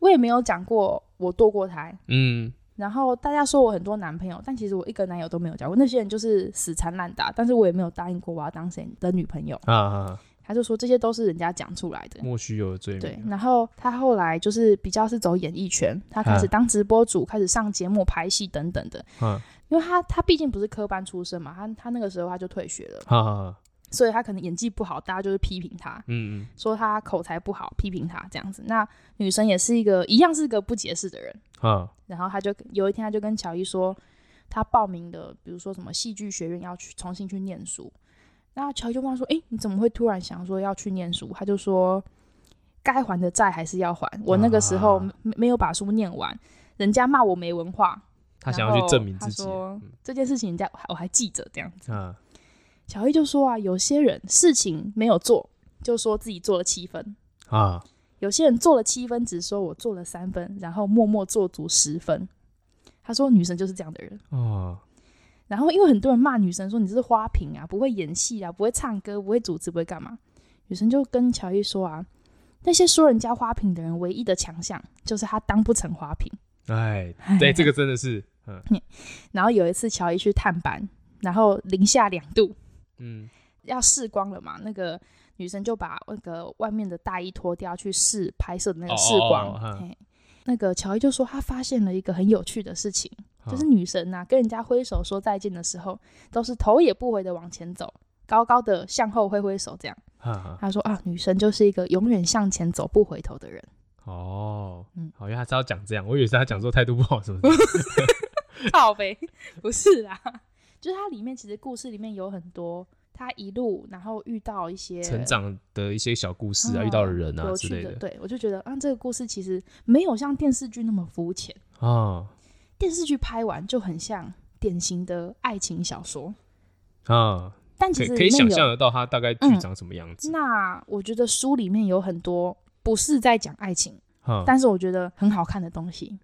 S2: 我也没有讲过我堕过胎。
S1: 嗯，
S2: 然后大家说我很多男朋友，但其实我一个男友都没有交过。那些人就是死缠烂打，但是我也没有答应过我要当谁的女朋友。
S1: 啊啊，
S2: 她就说这些都是人家讲出来的。
S1: 莫须有的罪
S2: 对
S1: 名，，
S2: 然后他后来就是比较是走演艺圈，他开始
S1: 啊
S2: 当直播主，开始上节目、拍戏等等的。
S1: 嗯，
S2: 因为他他毕竟不是科班出身嘛，他他那个时候他就退学了，
S1: 哈哈哈，
S2: 所以他可能演技不好，大家就是批评他，
S1: 啊嗯
S2: 说他口才不好，批评他这样子。那女生也是一个一样是个不解释的人，
S1: 嗯，啊
S2: 然后他就有一天他就跟乔伊说，他报名的比如说什么戏剧学院要去重新去念书，那乔伊就问他说，诶，你怎么会突然想说要去念书？他就说。该还的债还是要还。我那个时候
S1: 啊
S2: 没没有把书念完，人家骂我没文化，
S1: 他想要去证明自己嗯
S2: 然，后他说这件事情人家我还记着这样子。
S1: 啊，
S2: 乔伊就说啊，有些人事情没有做，就说自己做了七分；
S1: 啊，
S2: 有些人做了七分，只说我做了三分，然后默默做足十分。他说女生就是这样的人。
S1: 哦，
S2: 然后因为很多人骂女生说你这是花瓶啊，不会演戏啊，不会唱歌，不会组织，不会干嘛。女生就跟乔伊说啊，那些说人家花瓶的人唯一的强项就是他当不成花瓶。
S1: 哎，对，这个真的是，嗯
S2: 然后有一次乔伊去探班，然后零下两度，
S1: 嗯，
S2: 要试光了嘛，那个女生就把那个外面的大衣脱掉去试拍摄的那个试光。
S1: 哦哦哦嗯
S2: 嘿那个乔伊就说他发现了一个很有趣的事情，
S1: 啊
S2: 就是女神呐、跟人家挥手说再见的时候，都是头也不回的往前走，高高的向后挥挥手这样。
S1: 哈哈，
S2: 他说啊，女神就是一个永远向前走不回头的人。
S1: 哦
S2: 嗯，
S1: 好，因为他是要讲这样，我以为是他讲说态度不好什 么的，
S2: 靠呗， 不是啦，就是它里面其实故事里面有很多他一路然后遇到一些
S1: 成长的一些小故事啊，
S2: 嗯
S1: 遇到的人啊
S2: 有
S1: 之
S2: 趣
S1: 类
S2: 的。
S1: 的
S2: 对，我就觉得啊，这个故事其实没有像电视剧那么肤浅，
S1: 啊
S2: 电视剧拍完就很像典型的爱情小说，
S1: 啊，
S2: 但其
S1: 可以
S2: 实
S1: 可以
S2: 里面
S1: 想象
S2: 有。嗯
S1: 得到他大概剧长什么样子
S2: 那我觉得书里面有很多不是在讲爱情，
S1: 啊。
S2: 但是我觉得很好看的东西，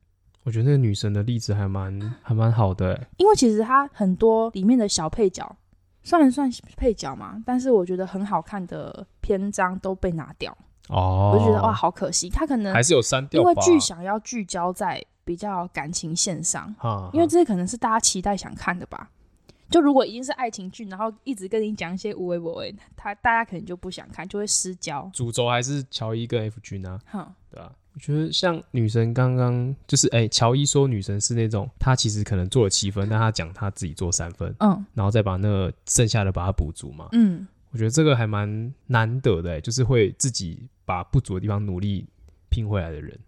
S1: 我觉得那个女神的例子还蛮还蛮好的欸，
S2: 因为其实它很多里面的小配角。虽然算配角嘛，但是我觉得很好看的篇章都被拿掉，
S1: 哦
S2: 我就觉得哇，，好可惜。他可能
S1: 还是有删
S2: 因
S1: 掉吧，
S2: 为剧想要聚焦在比较感情线上，
S1: 啊，
S2: 因为这可能是大家期待想看的吧。就如果已经是爱情剧，然后一直跟你讲一些无为不为，他大家可能就不想看，就会失焦。
S1: 主轴还是乔伊跟 F 君啊，
S2: 哼，
S1: 对吧、我觉得像女神刚刚就是，哎、乔伊说女神是那种她其实可能做了七分，但她讲她自己做三分，
S2: 嗯
S1: 然后再把那个剩下的把它补足嘛。
S2: 嗯，
S1: 我觉得这个还蛮难得的、哎，就是会自己把不足的地方努力拼回来的人。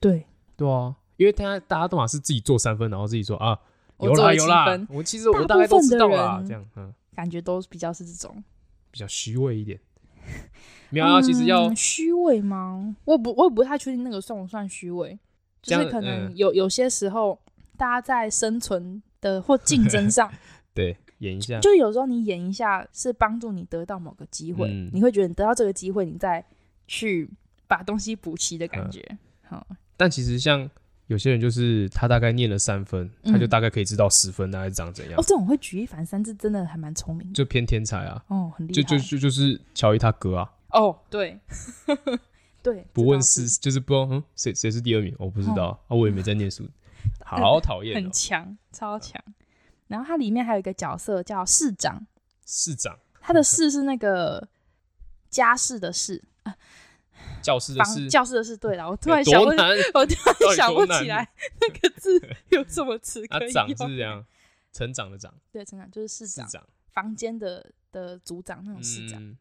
S2: 对，
S1: 对啊，因为大家大家都嘛是自己做三分，然后自己说啊，
S2: 我
S1: 有
S2: 做
S1: 啦
S2: 了
S1: 有
S2: 七
S1: 啦
S2: 分，，
S1: 我其实我
S2: 大
S1: 大概
S2: 部
S1: 都
S2: 分
S1: 知
S2: 的
S1: 道啦，
S2: 人
S1: 这样嗯，
S2: 感觉都比较是这种。
S1: 比较虚伪一 点。没有啊，其实要
S2: 嗯嗯虚伪吗？我也不，我也不太确定那个算不算虚伪。
S1: 这样
S2: 就是可能
S1: 嗯
S2: 有、有些时候，大家在生存的或竞争上，
S1: 对，演一下，
S2: 就有时候你演一下是帮助你得到某个机会，
S1: 嗯
S2: 你会觉得你得到这个机会，你再去把东西补齐的感
S1: 嗯
S2: 觉。好，
S1: 但其实像有些人就是他大概念了三分，他就
S2: 嗯
S1: 大概可以知道十分大概是长怎样
S2: 哦，，这种会举一反三，这真的还蛮聪明的。
S1: 就偏天才啊，
S2: 哦，很厉害。
S1: 就就就就是乔伊他哥啊，
S2: 哦，对， 对，
S1: 不
S2: 这
S1: 问
S2: 倒是
S1: 世，就是不知道嗯谁谁是第二名，我不知道啊，我也没在念 书，好讨厌
S2: 哦很
S1: 哦，
S2: 强，超强。然后它里面还有一个角色叫市长，
S1: 市长
S2: 他的市是那个家事的事，
S1: 教室的
S2: 房
S1: 事，
S2: 教室的事。对了，我突
S1: 有
S2: 然想
S1: 多
S2: 不，
S1: 难，
S2: 我突
S1: 到底
S2: 然想
S1: 多
S2: 不
S1: 难
S2: 起来那个字有什么词
S1: 啊
S2: 可以
S1: 长是
S2: 用。
S1: 这样，成长的长，
S2: 对，成长就是市
S1: 市
S2: 长，
S1: 长，
S2: 房间的的组长那种市长。
S1: 嗯，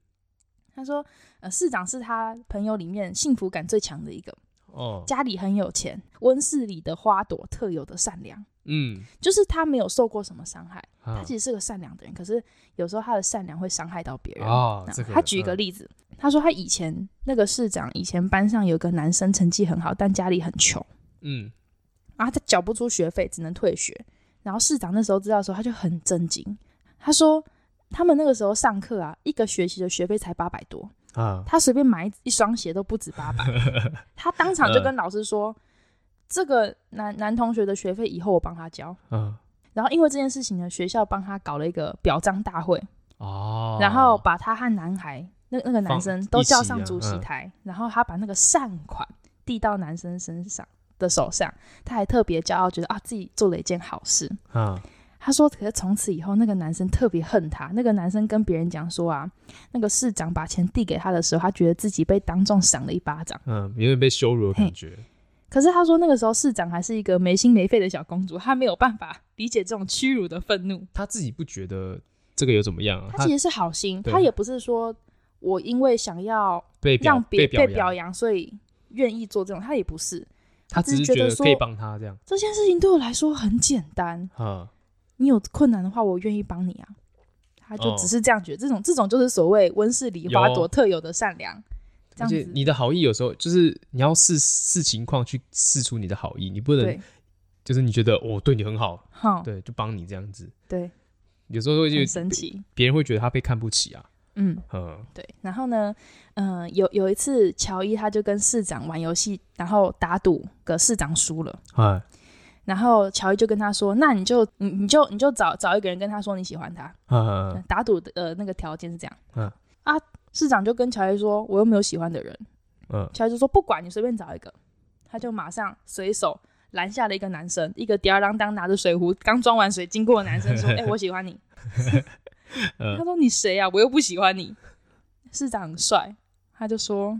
S2: 他说，呃，市长是他朋友里面幸福感最强的一个，
S1: 哦，
S2: 家里很有钱，温室里的花朵特有的善良，
S1: 嗯，
S2: 就是他没有受过什么伤害。
S1: 啊
S2: 他其实是个善良的人，可是有时候他的善良会伤害到别人。
S1: 啊
S2: 那，
S1: 这个
S2: 他举一个例子，他说他以前那个市长以前班上有个男生成绩很好，但家里很穷，
S1: 嗯，
S2: 然后他缴不出学费，只能退学。然后市长那时候知道的时候，他就很震惊，他说他们那个时候上课啊，一个学期的学费才八百多，
S1: 嗯啊，
S2: 他随便买一双鞋都不止八百，他当场就跟老师说，这个男男同学的学费以后我帮他交。
S1: 啊
S2: 然后因为这件事情呢，学校帮他搞了一个表彰大会，
S1: 哦，
S2: 然后把他和男孩那那个男
S1: 放
S2: 生都
S1: 一起
S2: 叫
S1: 啊
S2: 上主席
S1: 嗯
S2: 台，然后他把那个善款递到男生身上的手上，他还特别骄傲，觉得啊自己做了一件好事。
S1: 啊，
S2: 他说，可是从此以后，那个男生特别恨他。那个男生跟别人讲说啊，那个市长把钱递给他的时候，他觉得自己被当众赏了一巴掌。
S1: 嗯，有点被羞辱的感
S2: 嘿
S1: 觉，
S2: 可是他说，那个时候市长还是一个没心没肺的小公主，她没有办法理解这种屈辱的愤怒。
S1: 他自己不觉得这个有怎么样啊，
S2: 他
S1: 他
S2: 其实是好心，
S1: 对
S2: 他也不是说我因为想要
S1: 被表
S2: 让别
S1: 表
S2: 被
S1: 扬
S2: 表，扬，所以愿意做这种，他也不是。
S1: 他
S2: 只
S1: 只是
S2: 是觉
S1: 觉
S2: 得
S1: 得
S2: 说
S1: 可以帮他这样
S2: 这件事情对我来说很简单，
S1: 啊，
S2: 你有困难的话，我愿意帮你啊。他就
S1: 哦
S2: 只是这样觉得，这种这种就是所谓温室里花朵
S1: 有
S2: 特有的善良，这
S1: 而
S2: 样
S1: 且
S2: 子。
S1: 你的好意有时候就是你要视视情况去试出你的好意，你不能
S2: 对，哦
S1: 就是你觉得我对你很好，
S2: 哈，
S1: 对，就帮你这样子，
S2: 对，
S1: 有时候会
S2: 很
S1: 就
S2: 神奇。
S1: 别人会觉得他被看不起啊，
S2: 嗯，
S1: 嗯，
S2: 对。然后呢，嗯、有有一次乔伊他就跟市长玩游戏，然后打赌，个市长输了。
S1: 哎，
S2: 然后乔伊就跟他说：“那你就你你就你就找找一个人跟他说你喜欢他，
S1: 啊，
S2: 打赌的呃那个条件是这样。
S1: 嗯
S2: 啊，市长就跟乔伊说：“我又没有喜欢的人。”
S1: 嗯，
S2: 乔伊就说：“不管你随便找一个。”他就马上随手拦下了一个男生，一个吊儿郎当拿着水壶刚装完水经过的男生 说：“哎、我喜欢你。
S1: 嗯
S2: 他说：“你谁呀、啊？我又不喜欢你。” 市长很帅，他就说：“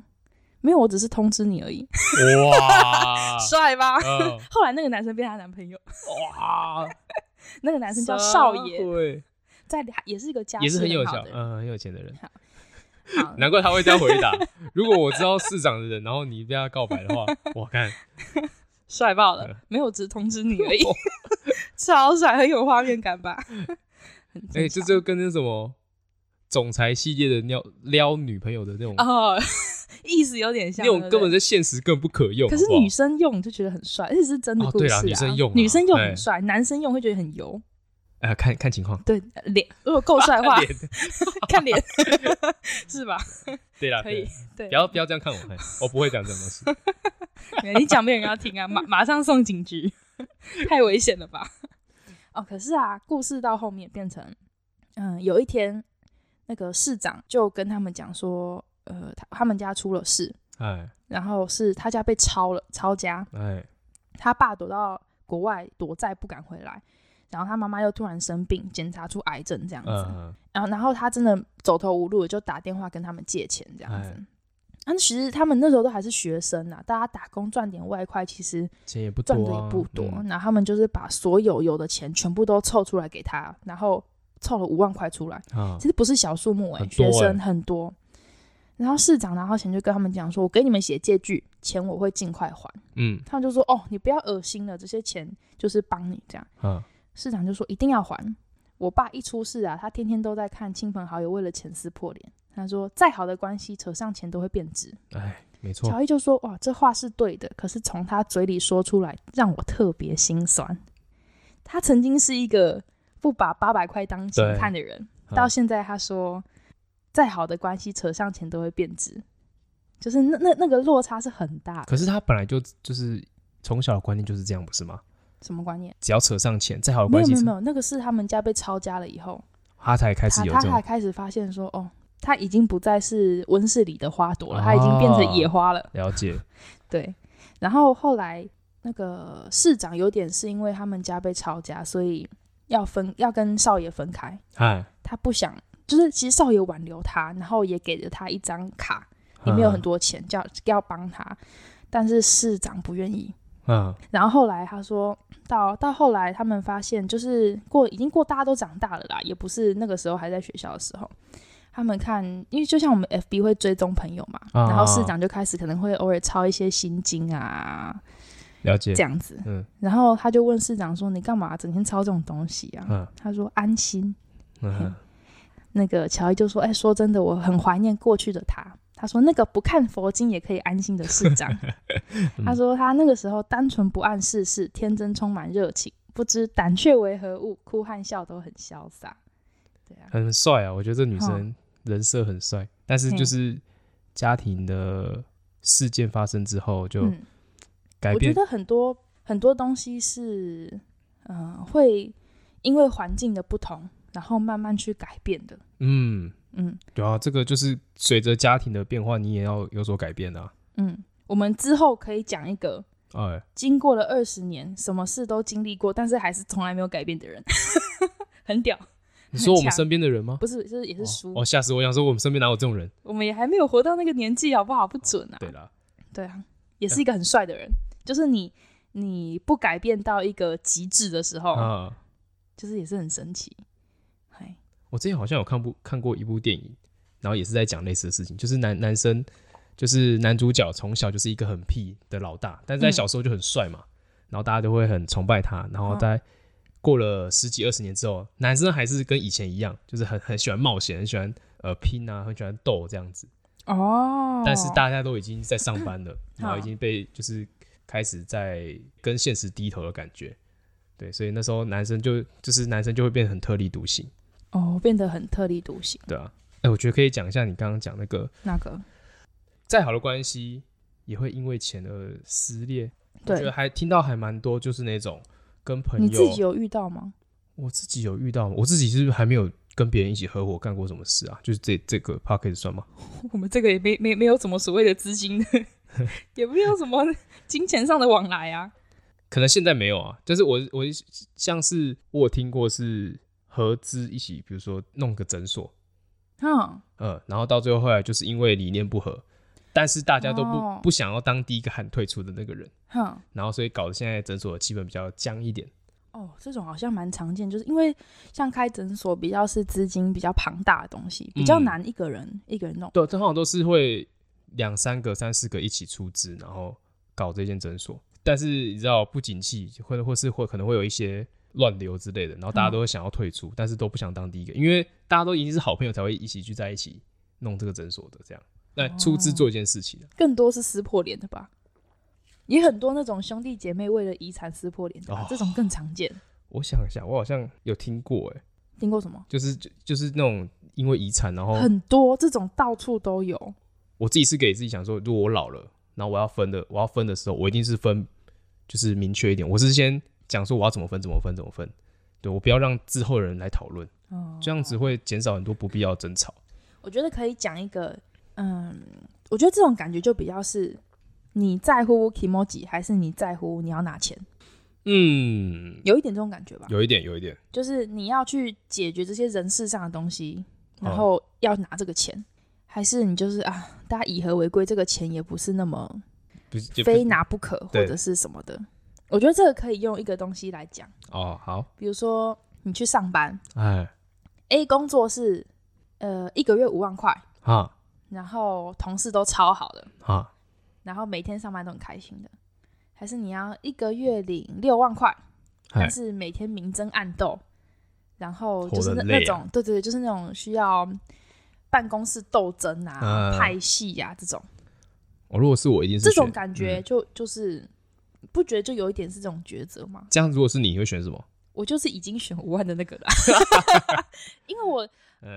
S2: 没有，我只是通知你而已。
S1: 哇
S2: 帅吧？
S1: 嗯
S2: 后来那个男生变她男朋友，
S1: 哇，
S2: 那个男生叫少爷，
S1: 对，
S2: 在也是一个家
S1: 也是
S2: 世
S1: 很有
S2: 好
S1: 钱
S2: 的，人。
S1: 嗯，很有钱的人，
S2: 好
S1: 难怪他会这样回答。如果我知道市长的人，然后你被他告白的 话，我看
S2: 帅爆了
S1: 嗯，哦
S2: 没有，只是通知你而已， 超帅，很有画面感 吧？很
S1: 哎、
S2: 正
S1: 这
S2: 常
S1: 就跟那什么总裁系列的撩撩女朋友的那种、
S2: 哦，意思有点像
S1: 那种
S2: 对不
S1: 根本
S2: 对
S1: 在现实更不可用。
S2: 可是
S1: 好不好
S2: 女生用就觉得很帅，这是真的
S1: 哦
S2: 故
S1: 对
S2: 事
S1: 啦
S2: 啊。
S1: 女生用啊
S2: 女生用很
S1: 哎
S2: 帅，男生用会觉得很油。
S1: 哎、看看情况。
S2: 对，呃脸如果够帅的 话，
S1: 脸
S2: 看 脸 是吧？
S1: 对啦，
S2: 可以
S1: 啊对，
S2: 对
S1: 不，要不要这样看我，哎我不会讲这种东西。
S2: 你讲没有人要听啊，马马上送警局， 太危险了吧？哦，可是啊，故事到后面变成，嗯、有一天那个市长就跟他们讲说，呃，他他们家出了事，
S1: 哎
S2: 然后是他家被抄了，抄家，
S1: 哎，
S2: 他爸躲到国外躲债不敢回来，然后他妈妈又突然生病，检查出癌症这样子，
S1: 嗯
S2: 然后然后他真的走投无路，就打电话跟他们借钱这样子。
S1: 哎
S2: 啊，那其实他们那时候都还是学生啊，大家打工赚点外快，其实
S1: 钱也不多、
S2: 赚
S1: 啊，
S2: 的也不多。
S1: 嗯
S2: 然后他们就是把所有有的钱全部都凑出来给他，然后凑了五万块出来，
S1: 啊
S2: 其实不是小数目哎、
S1: 很多
S2: 学
S1: 欸
S2: 生很多。然后市长拿到钱就跟他们讲说：“我给你们写借据，钱我会尽快还。
S1: 嗯”
S2: 他们就说：“哦，你不要恶心了，这些钱就是帮你这样。”
S1: 啊
S2: 市长就说一定要还。我爸一出事啊，他天天都在看亲朋好友为了钱撕破脸。他说再好的关系，扯上钱都会变质。
S1: 哎，没错
S2: 乔，伊就说：“哇，这话是对的，可是从他嘴里说出来，让我特别心酸。他曾经是一个不把八百块当钱
S1: 对
S2: 看的人，
S1: 嗯
S2: 到现在他说，再好的关系扯上钱都会变质，就是那那那个落差是很大的。
S1: 可是他本来就就是从小的观念就是这样，不是吗？
S2: 什么观念？
S1: 只要扯上钱，再好的
S2: 没
S1: 关
S2: 有
S1: 系
S2: 没有没有，那个是他们家被抄家了以后，
S1: 他才开始
S2: 他
S1: 有
S2: 他
S1: 这
S2: 还
S1: 种
S2: 开始发现说，哦，他已经不再是温室里的花朵了，他已经变成
S1: 哦
S2: 野花了。
S1: 了 解。
S2: 对，然后后来那个市长有点是因为他们家被抄家，所以要分要跟少爷分开，
S1: 嗨，
S2: 他不想，就是其实少爷挽留他，然后也给了他一张卡，里
S1: 嗯
S2: 面有很多钱，叫要帮他，但是市长不愿意。
S1: 嗯，嗯，
S2: 然后后来他说到到后来，他们发现就是过已经过大家都长大了啦，也不是那个时候还在学校的时候。他们看，因为就像我们 FB 会追踪朋友嘛，
S1: 啊
S2: 然后市长就开始可能会偶尔抄一些心经啊
S1: 了解
S2: 这。样子，
S1: 嗯
S2: 然后他就问市长说：“你干嘛整天抄这种东西啊？”
S1: 嗯
S2: 他说：“安心。
S1: 嗯，
S2: 那个乔伊就说：“哎、说真的，我很怀念过去的他。”他说：“那个不看佛经也可以安心的市 长。他说：“他那个时候单纯不谙世事，天真充满热情，不知胆怯为何物，哭和笑都很潇洒。”对啊，
S1: 很帅啊！我觉得这女生
S2: 哦
S1: 人设很帅，但是就是家庭的事件发生之后， 就
S2: 嗯，
S1: 改
S2: 我觉
S1: 变。
S2: 得很多很多东西是，嗯、会因为环境的不同，然后慢慢去改变的。
S1: 嗯，
S2: 嗯
S1: 对啊，这个就是随着家庭的变化，你也要有所改变的啊。
S2: 嗯，我们之后可以讲一个
S1: 哎，
S2: 经过了二十年，什么事都经历过，但是还是从来没有改变的人，很屌。
S1: 你说我们
S2: 很强
S1: 身边的人吗？
S2: 不是，就是也是书，
S1: 哦，吓死我！我想说我们身边哪有这种人？
S2: 我们也还没有活到那个年纪，好不好？不准啊。
S1: 对啦，
S2: 对啊，也是一个很帅的人，就是你你不改变到一个极致的时候，
S1: 啊，
S2: 就是也是很神奇。哎，
S1: 我之前好像有看部看过一部电影，然后也是在讲类似的事情，就是男男生就是男主角从小就是一个很屁的老大，但是在
S2: 嗯
S1: 小时候就很帅嘛，然后大家都会很崇拜他，然后
S2: 嗯
S1: 在过了十几二十年之后，男生还是跟以前一样，就是很很喜欢冒险，很喜欢呃拼啊，很喜欢斗这样子，
S2: 哦，
S1: 但是大家都已经在上班 了，然后已
S2: 好
S1: 经被就是开始在跟现实低头的感觉。对，所以那时候男生就就是男生就会变得很特立独行，
S2: 哦变得很特立独行。
S1: 对啊。哎、我觉得可以讲一下你刚刚讲那个
S2: 那个
S1: 再好的关系也会因为钱而撕裂。我觉得
S2: 对，
S1: 还听到还蛮多，就是那种跟朋友，
S2: 你自己有遇到吗？
S1: 我自己有遇到，我自己是不是还没有跟别人一起合伙干过什么事啊？就是这这个 p o c k e t 算吗？
S2: 我们这个也没没没有什么所谓的 资金，也没有什么金钱上的往来啊。
S1: 可能现在没有啊，但是我我像是我有听过是合资一起，比如说弄个诊所，
S2: 嗯，
S1: 呃，然后到最后后来就是因为理念不合，但是大家都不、
S2: 哦
S1: 不想要当第一个喊退出的那个人，
S2: 哼，
S1: 然后所以搞得现在诊所的气氛比较僵一点。
S2: 哦，这种好像蛮常见，就是因为像开诊所比较是资金比较庞大的东西，比较
S1: 嗯
S2: 难一个人、一个人弄。
S1: 对，通常都是会两三个、三四个一起出资，然后搞这间诊所。但是你知道不景气，或者或是会可能会有一些乱流之类的，然后大家
S2: 嗯
S1: 都会想要退出，但是都不想当第一个，因为大家都一定是好朋友才会一起聚在一起弄这个诊所的，这样那出资做一件事情啊、
S2: 更多是撕破脸的吧，也很多那种兄弟姐妹为了遗产撕破脸的吧，
S1: 哦
S2: 这种更常见。
S1: 我想一下，我好像有听过、欸，哎，
S2: 听过什么？
S1: 就是就就是那种因为遗产，然后
S2: 很多这种到处都有。
S1: 我自己是给自己想说，如果我老了，然后我要分的，我要分的时候，我一定是分，就是明确一点。我是先讲说我要怎么分，怎么分，怎么分。对我不要让之后的人来讨论，
S2: 哦
S1: 这样子会减少很多不必要的争吵。
S2: 我觉得可以讲一个，嗯，我觉得这种感觉就比较是你在乎 k i m o j i 还是你在乎你要拿钱，
S1: 嗯，
S2: 有一点这种感觉吧。
S1: 有一点，有一点。
S2: 就是你要去解决这些人事上的东西，
S1: 哦
S2: 然后要拿这个钱，还是你就是啊，大家以和为贵，这个钱也不是那么
S1: 不是就不
S2: 非拿不可或
S1: 对
S2: 者是什么的。我觉得这个可以用一个东西来讲，
S1: 哦，好，
S2: 比如说你去上班
S1: 哎，
S2: ，A 工作是呃一个月五万块，
S1: 哈
S2: 然后同事都超好的，
S1: 哈，
S2: 然后每天上班都很开心的，还是你要一个月领六万块，
S1: 哎
S2: 但，是每天明争暗斗，然后就是
S1: 活得
S2: 那、
S1: 累啊
S2: 那种，对对，对就是那种需要办公室斗争啊、
S1: 嗯
S2: 派系啊这种，
S1: 哦，如果是我，一定是
S2: 这种
S1: 选
S2: 感觉
S1: 嗯
S2: 就、就是不觉得就有一点是这种抉择吗？
S1: 这样，如果是你，你会选什么？
S2: 我就是已经选五万的 那个了，因为我
S1: 嗯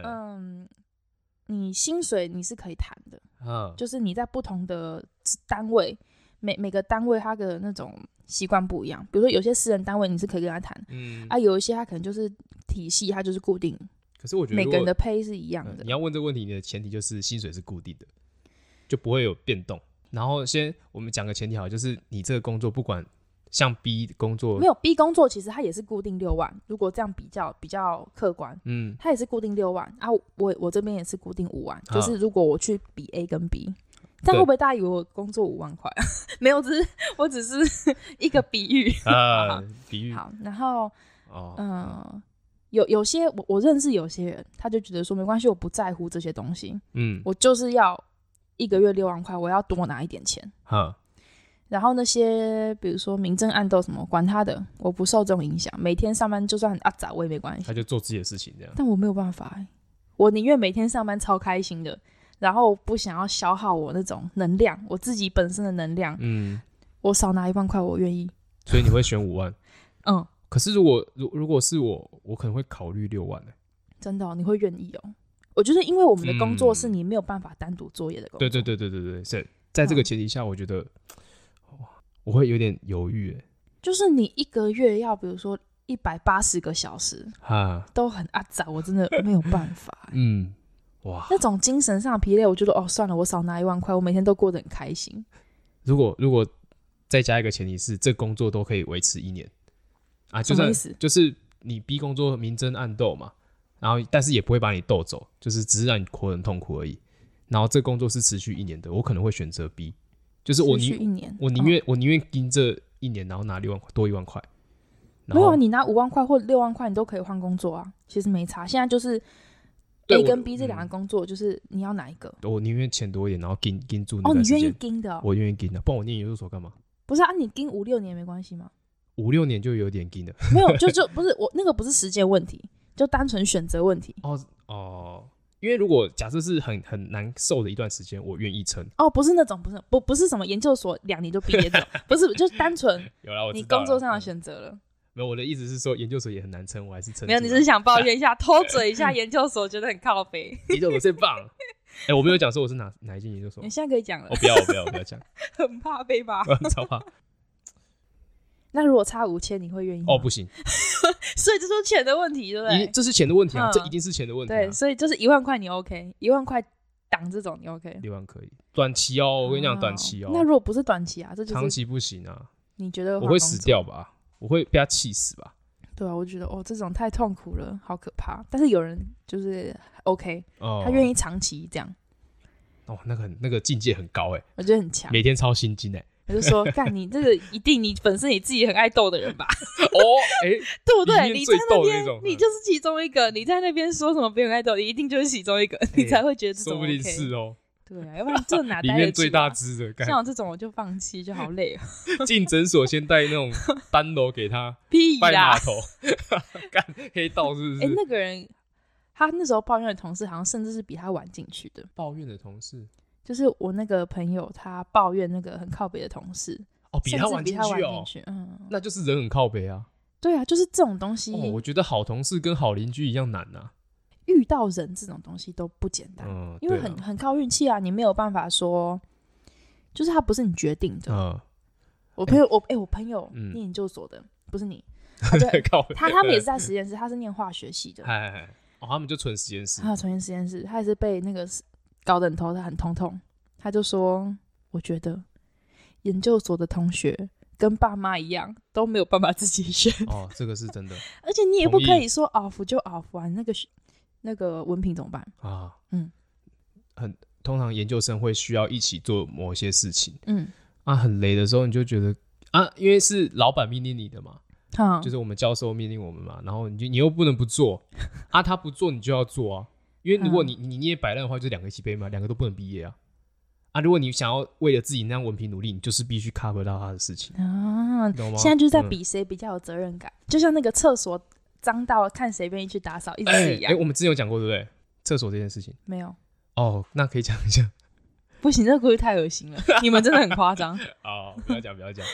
S2: 嗯，你薪水你是可以谈的，
S1: 嗯，
S2: 就是你在不同的单位，每每个单位它的那种习惯不一样。比如说有些私人单位你是可以跟他谈，
S1: 嗯，
S2: 啊，有一些他可能就是体系，它就是固定，
S1: 可是我觉得
S2: 每
S1: 如
S2: 个
S1: 果
S2: 人的 pay 是一样
S1: 嗯
S2: 的
S1: 你。要问这个问题，你的前提就是薪水是固定的，就不会有变动。然后先我们讲个前提好了，就是你这个工作不管像 B 工作
S2: 没，有 B 工作，其实它也是固定六万。如果这样比较比较客观，
S1: 嗯，
S2: 它也是固定六万啊。我我这边也是固定五万，就
S1: 啊
S2: 是如果我去比 A 跟 B，但
S1: 对
S2: 会不会大家以为我工作五万块？ 没有，只是我只是 一个比喻。
S1: 呃，比喻
S2: 好，然后
S1: 哦，
S2: 嗯、呃有有些我我认识有些人，他就觉得说没关系，我不在乎这些东西，
S1: 嗯，
S2: 我就是要一个月六万块，我要多拿一点钱。
S1: 哈，
S2: 然后那些比如说明争暗斗什么，管他的，我不受这种影响。每天上班就算很阿杂，我也没关系
S1: 他。就做自己的事情这样。
S2: 但我没有办法、欸，我宁愿每天上班超开心的，然后不想要消耗我那种能量，我自己本身的能量，
S1: 嗯，
S2: 我少拿一万块，我愿意。
S1: 所以你会选五万。
S2: 嗯，
S1: 可是如果如如果是我，我可能会考虑六万呢、
S2: 真的哦、你会愿意哦。我觉得，因为我们的工作
S1: 嗯
S2: 是你没有办法单独作业的工作。
S1: 对对对对对对，在在这个前
S2: 嗯
S1: 提下，我觉得哇我会有点犹豫、欸，
S2: 就是你一个月要，比如说一百八十个小时，
S1: 哈，
S2: 都很阿杂，我真的没有办法、哎
S1: 嗯，哇，
S2: 那种精神上的疲累，我觉得哦，算了，我少拿一万块，我每天都过得很开心。
S1: 如果如果再加一个前提是，这工作都可以维持一年啊，就
S2: 什么
S1: 算
S2: 意思
S1: 就是你逼工作明争暗斗嘛，然后但是也不会把你斗走，就是只是让你活得很痛苦而已。然后这工作是持续一年的，我可能会选择 B，就是我
S2: 持续一
S1: 宁
S2: 年，嗯
S1: 我宁愿、我宁愿盯这一年，然后拿六万块多一万块。
S2: 哦、
S1: 然
S2: 没有
S1: 后
S2: 啊，你拿五万块或六万块，你都可以换工作啊，其实没差。现在就是
S1: 对
S2: A
S1: 我
S2: 跟 B 这两个
S1: 嗯
S2: 工作，就是你要哪一个？
S1: 我宁愿钱多一点，然后盯盯住那
S2: 哦，
S1: 段
S2: 你
S1: 时
S2: 愿意
S1: 间，
S2: 盯的、哦，
S1: 我愿意盯的，不然我念研究所干嘛？
S2: 不是啊？你盯五六年没关系吗？
S1: 五六年就有点盯了。
S2: 没有，就就不是我那个不是时间问题，就单纯选择问题。
S1: 哦哦，因为如果假设是很很难受的一段时间，我愿意撑。
S2: 哦，不是那种，不是不不是什么研究所两年就毕 业的，不是，就是单纯
S1: 有啦，我
S2: 你
S1: 知道
S2: 工作
S1: 了
S2: 上的
S1: 嗯
S2: 选择了。
S1: 没有，我的意思是说，研究所也很难撑，我还是撑住了。
S2: 没有，你只是 想抱怨一下，偷嘴一下研究所，觉得很靠北。
S1: 研究所最 棒。哎、我没有讲说我是哪哪一间研究所哦
S2: 你，现在可以讲了
S1: 我，不要，我不要，我不要讲，
S2: 很怕被骂。
S1: 我很超怕。
S2: 那如果差五千，你会愿意吗
S1: 哦，，不行，
S2: 所以这就是钱的问题， 对不
S1: 一定
S2: 对？
S1: 这是钱的问题啊，
S2: 嗯
S1: 这一定是钱的问题、啊
S2: 对，。所以就是一万块你 OK，一万块挡这种你 OK。
S1: 六万可以，短期哦，我跟你讲，
S2: 哦
S1: 短期哦，
S2: 那如果不是短期啊，这就
S1: 长
S2: 是
S1: 期不行啊，
S2: 你觉得
S1: 我
S2: 换
S1: 会
S2: 工
S1: 死
S2: 作。
S1: 掉吧，我会被他气死吧。
S2: 对啊，我觉得哦，这种太痛苦了，好可怕。但是有人就是 OK，
S1: 哦，
S2: 他愿
S1: 意
S2: 意长期这样，
S1: 哦，那个很那个境界很高哎、
S2: 我觉得很强。
S1: 每天超心经哎、
S2: 我就说，干你这个一定你本身你自己很爱斗 的人吧，
S1: 哦哎、
S2: 对 不对？
S1: 里面
S2: 你在
S1: 最
S2: 那
S1: 逗的
S2: 边
S1: 那种，
S2: 你就是其中一个。你在那边说什么别人爱斗，你一定就是其中一个，你才会觉得这
S1: 说
S2: 种
S1: 不
S2: OK。
S1: 定是哦，
S2: 对啊，要不然这哪
S1: 里
S2: 待
S1: 面
S2: 得
S1: 最
S2: 住
S1: 大
S2: 啊？
S1: 只的，
S2: 像
S1: 干
S2: 我这种我就放弃，就好累哦。
S1: 进诊所先带那种单楼给他
S2: 屁
S1: 拜
S2: 啦
S1: 码！头，干黑道是不是？
S2: 哎、那个人他那时候抱怨的同事，好像甚至是比他晚进去的。
S1: 抱怨的同事
S2: 就是我那个朋友，他抱怨那个很靠北的同事，
S1: 哦，比
S2: 甚
S1: 他
S2: 至
S1: 晚
S2: 比
S1: 进
S2: 他晚
S1: 去
S2: 进
S1: 哦，
S2: 去。嗯，
S1: 那就是人很靠北啊。
S2: 对啊，就是这种东西，
S1: 哦，我觉得好同事跟好邻居一样难呐。
S2: 遇到人这种东西都不简单，
S1: 嗯，
S2: 因为
S1: 对啦
S2: 很很靠运气啊，你没有办法说，就是他不是你决定的。
S1: 嗯，
S2: 我朋友，我哎、我朋友
S1: 嗯呃
S2: 念研究所的，不是你，他就
S1: 靠北
S2: 他他们也是
S1: 嗯
S2: 在实验室，他是念化学系的，
S1: 哎哎哎哦，他们就纯实验室
S2: 他有重新实验室，他也是被那个搞得很头，他很痛痛。他就说：“我觉得研究所的同学跟爸妈一样，都没有办法自己选，
S1: 哦，这个是真的
S2: 而且你也不
S1: 同意
S2: 可以说 off 就 off 啊，你那个学那个文凭怎么办？
S1: 啊。
S2: 嗯，
S1: 很通常研究生会需要一起做某些事情
S2: 嗯，
S1: 啊，很雷的时候你就觉得啊，因为是老板命令你的嘛，
S2: 哈，
S1: 就是我们教授命令我们嘛，然后你就你又不能不做啊，他不做你就要做啊，因为如果你
S2: 嗯
S1: 你你也摆烂的话，就两个一起背嘛，两个都不能毕业啊啊！如果你想要为了自己那样文凭努力，你就是必须 cover 到他的事情，
S2: 啊
S1: 你，懂吗？
S2: 现在就是在
S1: 嗯
S2: 比谁比较有责任感，就像那个厕所脏到看谁愿意去打扫，一直
S1: 哎
S2: 是一
S1: 哎、
S2: 样。
S1: 我们之前有讲过对不对？厕所这件事情
S2: 没有，
S1: 哦，那可以讲一下。
S2: 不行，这个故事太恶心了，你们真的很夸张。
S1: 哦，不要讲，不要讲，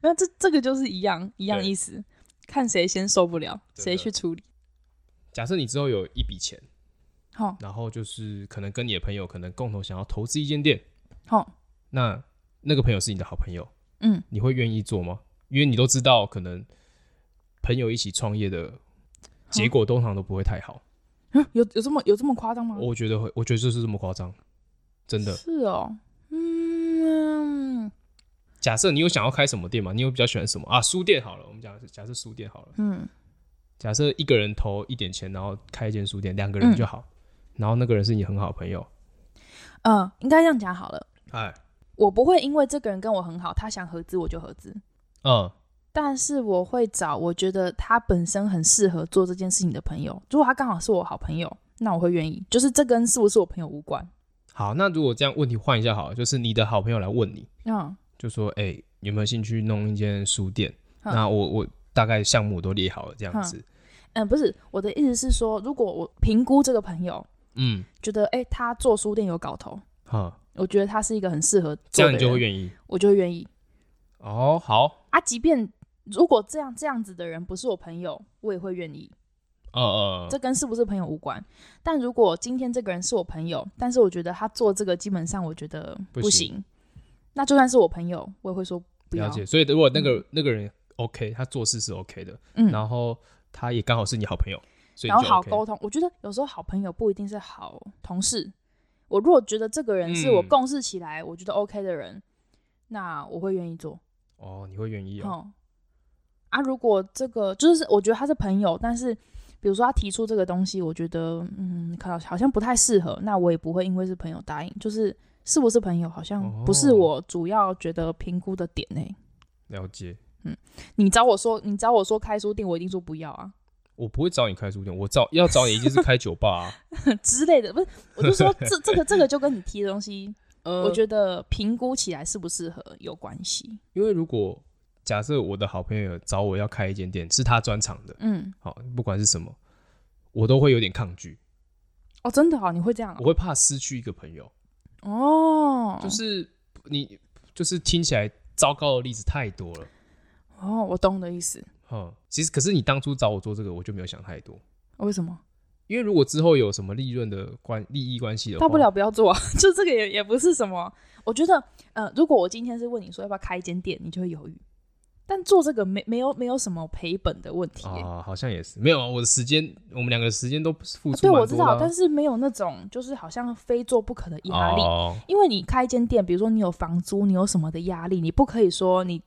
S2: 那这这个就是一样一样
S1: 对
S2: 意思，看谁先受不了，
S1: 真的
S2: 谁去处理。
S1: 假设你之后有一笔钱，
S2: 好
S1: 然后就是可能跟你的朋友可能共同想要投资一间店，
S2: 好，
S1: 那那个朋友是你的好朋友，
S2: 嗯，
S1: 你会愿意做吗？因为你都知道，可能朋友一起创业的结果通常都不会太好。
S2: 嗯有有这么有这么夸张吗？
S1: 我觉得会，我觉得就是这么夸张，真的。
S2: 是哦，嗯
S1: 假设你有想要开什么店嘛？你有比较喜欢什么啊？书店好了，我们讲假设书店好了，
S2: 嗯，
S1: 假设一个人投一点钱，然后开一间书店，两个
S2: 嗯
S1: 人就好，然后那个人是你很好的朋友，
S2: 呃，应该这样讲好了。
S1: 哎，
S2: 我不会因为这个人跟我很好，他想合资我就合资，
S1: 嗯，
S2: 但是我会找我觉得他本身很适合做这件事情的朋友。如果他刚好是我好朋友，那我会愿意。就是这跟是不是我朋友无关。
S1: 好，那如果这样问题换一下好了，就是你的好朋友来问你，
S2: 嗯
S1: 就说，哎、你有没有兴趣弄一间书店？
S2: 嗯
S1: 那我我大概项目我都列好了，这样子，
S2: 嗯，不是我的意思是说，如果我评估这个朋友，
S1: 嗯，
S2: 觉得诶他做书店有搞头，
S1: 好，
S2: 我觉得他是一个很适合
S1: 这样
S2: 做的人，
S1: 你就会愿意。
S2: 我就会愿意
S1: 哦，好，
S2: 啊。即便如果这样这样子的人不是我朋友，我也会愿意。
S1: 呃呃，
S2: 这跟是不是朋友无关。但如果今天这个人是我朋友，但是我觉得他做这个基本上我觉得
S1: 不
S2: 不
S1: 行
S2: 那就算是我朋友，我也会说不
S1: 了
S2: 要。
S1: 解。所以如果那个、那个人 OK，他做事是 OK 的，
S2: 嗯，
S1: 然后他也刚好是你好朋友，所以
S2: 然
S1: 你
S2: 后
S1: 就
S2: 好
S1: OK
S2: 沟通。我觉得有时候好朋友不一定是好同事。我如果觉得这个人是我
S1: 嗯
S2: 共事起来、我觉得 OK 的人，那我会愿意做。
S1: 哦，你会愿意哦。
S2: 嗯，啊，如果这个就是我觉得他是朋友，但是比如说他提出这个东西，我觉得嗯，可好像不太适合，那我也不会因为是朋友答应，就是是不是朋友好像不是
S1: 哦
S2: 我主要觉得评估的点呢、
S1: 了解，
S2: 你找我说，你找我说开书店，我一定说不要啊
S1: 我不会找你开书店，我找要找你一定是开酒吧、 啊。
S2: 之类的，不是，我就说这这个这个就跟你提的东西，
S1: 呃
S2: 我觉得评估起来适不适合有关系。
S1: 因为如果假设我的好朋友找我要开一间店，是他专长的，
S2: 嗯，
S1: 好，不管是什么，我都会有点抗拒，
S2: 哦，真的哦，你会这样
S1: 我会怕失去一个朋友。
S2: 哦，哦
S1: 就是你就是听起来糟糕的例子太多了，
S2: 哦，我懂你的意思，
S1: 哼。其实可是你当初找我做这个，我就没有想太多。
S2: 为什么？
S1: 因为如果之后有什么利润的关利益关系的话，
S2: 大不了不要做啊， 就这个也也不是什么。我觉得，呃，如果我今天是问你说要不要开一间店，你就会犹豫。但做这个没没有没有什么赔本的问题耶、呃
S1: 啊，好像也是没有啊。我的时间，我们两个的时间都付出蛮多
S2: 对，
S1: 的啊、
S2: 我知道，但是没有那种就是好像非做不可的压力，
S1: 哦
S2: 因为你开一间店，比如说你有房租，你有什么的压力，你不可以说你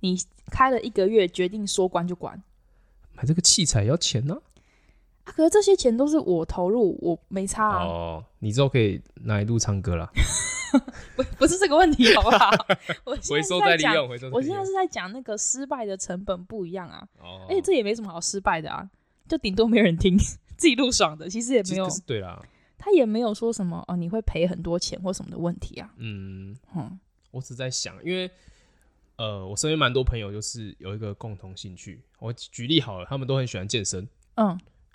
S2: 你开了一个月决定说关就关
S1: 买这个器材要钱呢、
S2: 啊。可是这些钱都是我投入，我没差啊，
S1: 哦，你之后可以拿来录唱歌啦，
S2: 不不是这个问题，好不好？ 我现在
S1: 回收
S2: 是在
S1: 再利
S2: 讲
S1: 用，回收再利用。
S2: 我现在是在讲那个失败的成本不一样啊，
S1: 哦，
S2: 而且这也没什么好失败的啊，就顶多没人听， 自己录爽的，其实也
S1: 其
S2: 没
S1: 实
S2: 有
S1: 可，是对啦，
S2: 他也没有说什么哦，你会赔很多钱或什么的问题啊，
S1: 嗯，
S2: 嗯
S1: 我只在想，因为呃，我身边蛮多朋友就是有一个共同兴趣，我举例好了，他们都很喜欢健身
S2: 嗯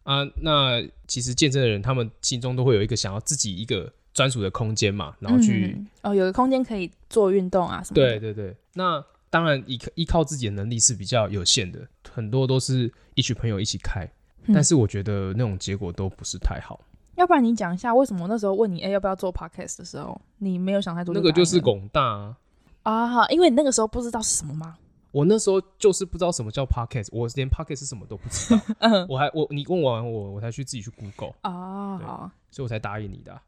S1: 啊。那其实健身的人，他们心中都会有一个想要自己一个专属的空间嘛，然后去、
S2: 嗯哦，有个空间可以做运动啊什么的，
S1: 对对对，那当然依依靠自己的能力是比较有限的，很多都是一群朋友一起开，
S2: 嗯
S1: 但是我觉得那种结果都不是太好。
S2: 要不然你讲一下为什么那时候问你哎要不要做 podcast 的时候，你没有想太多，
S1: 那个就是
S2: 狗
S1: 拱大、啊，
S2: 啊，因为你那个时候不知道是什么吗？
S1: 我那时候就是不知道什么叫 podcast，我连 podcast 是什么都不 知道，
S2: 嗯
S1: 我还我你问完我，我才去自己去 Google，
S2: 啊，
S1: 对
S2: 好
S1: 所以我才答应你的啊、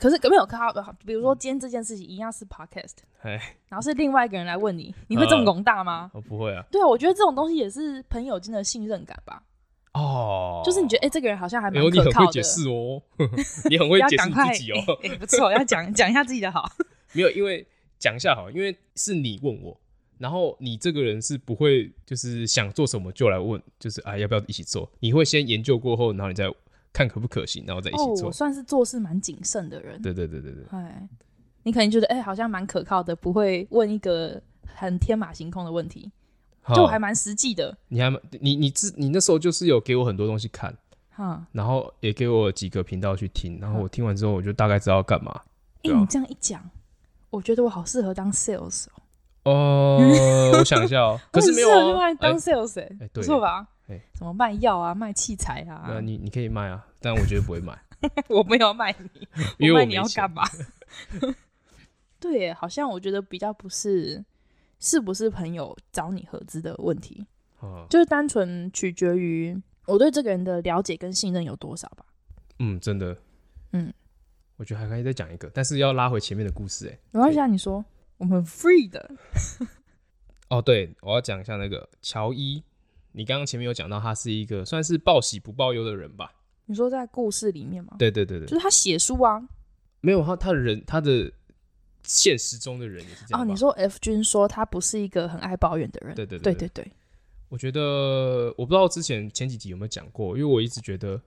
S2: 可是没有看到，比如说
S1: 嗯
S2: 今天这件事情一样是 podcast，
S1: 哎，
S2: 然后是另外一个人来问你，你会这
S1: 呃
S2: 么拱大吗？
S1: 我不会啊。
S2: 对啊，我觉得这种东西也是朋友间的信任感吧。
S1: 哦，
S2: 就是你觉得，哎、这个人好像还
S1: 哎
S2: 蛮
S1: 呦，你
S2: 可
S1: 很
S2: 靠
S1: 会
S2: 的，
S1: 解释哦， 你很会
S2: 要
S1: 解释
S2: 赶
S1: 你
S2: 快，
S1: 自 己哦。
S2: 哎哎不错，要讲讲一下自己的好。
S1: 没有，因为讲一下好了，因为是你问我，然后你这个人是不会就是想做什么就来问，就是啊要不要一起做？你会先研究过后，然后你再看可不可行，然后再一
S2: 哦
S1: 起，做。
S2: 我算是做事蛮谨慎的人。
S1: 对对对对对，
S2: 哎，你可能觉得，哎、好像蛮可靠的，不会问一个很天马行空的问题，就我还
S1: 好
S2: 蛮实际的。
S1: 你还蛮你你自你那时候就是有给我很多东西看，
S2: 哈，
S1: 然后也给我几个频道去听，然后我听完之后我就大概知道要干嘛，
S2: 哎、
S1: 对啊
S2: 你这样一讲，我觉得我好适合当 sales，、哦、
S1: 哦， 我想一下哦，可是没有
S2: 我很适合去
S1: 哦
S2: 卖，
S1: 哎
S2: 当 sales，、欸
S1: 哎对
S2: 不错吧？
S1: 哎
S2: 什么卖药啊，卖器材啊，
S1: 那你你可以卖啊，但我觉得不会卖，
S2: 我没有卖你，
S1: 因
S2: 我
S1: 为
S2: 卖
S1: 我
S2: 你
S1: 没
S2: 要
S1: 钱
S2: 干。 嘛？ 对耶，好像我觉得比较不是是不是朋友找你合资的问题，
S1: 哦
S2: 就是单纯取决于我对这个人的了解跟信任有多少吧。
S1: 嗯，真的，
S2: 嗯，
S1: 我觉得还可以再讲一个，但是要拉回前面的故事、欸，
S2: 没关系啊，你说我们 free 的，
S1: 哦，对，我要讲一下那个乔伊，你刚刚前面有讲到他是一个算是报喜不报忧的人吧？
S2: 你说在故事里面吗？
S1: 对对对对，
S2: 就是他写书啊。
S1: 没有他他的人他的现实中的人也是这样吧。
S2: 哦，你说 F 君说他不是一个很爱抱怨的人，
S1: 对对
S2: 对
S1: 对
S2: 对对，
S1: 我觉得我不知道之前前几集有没有讲过，因为我一直觉得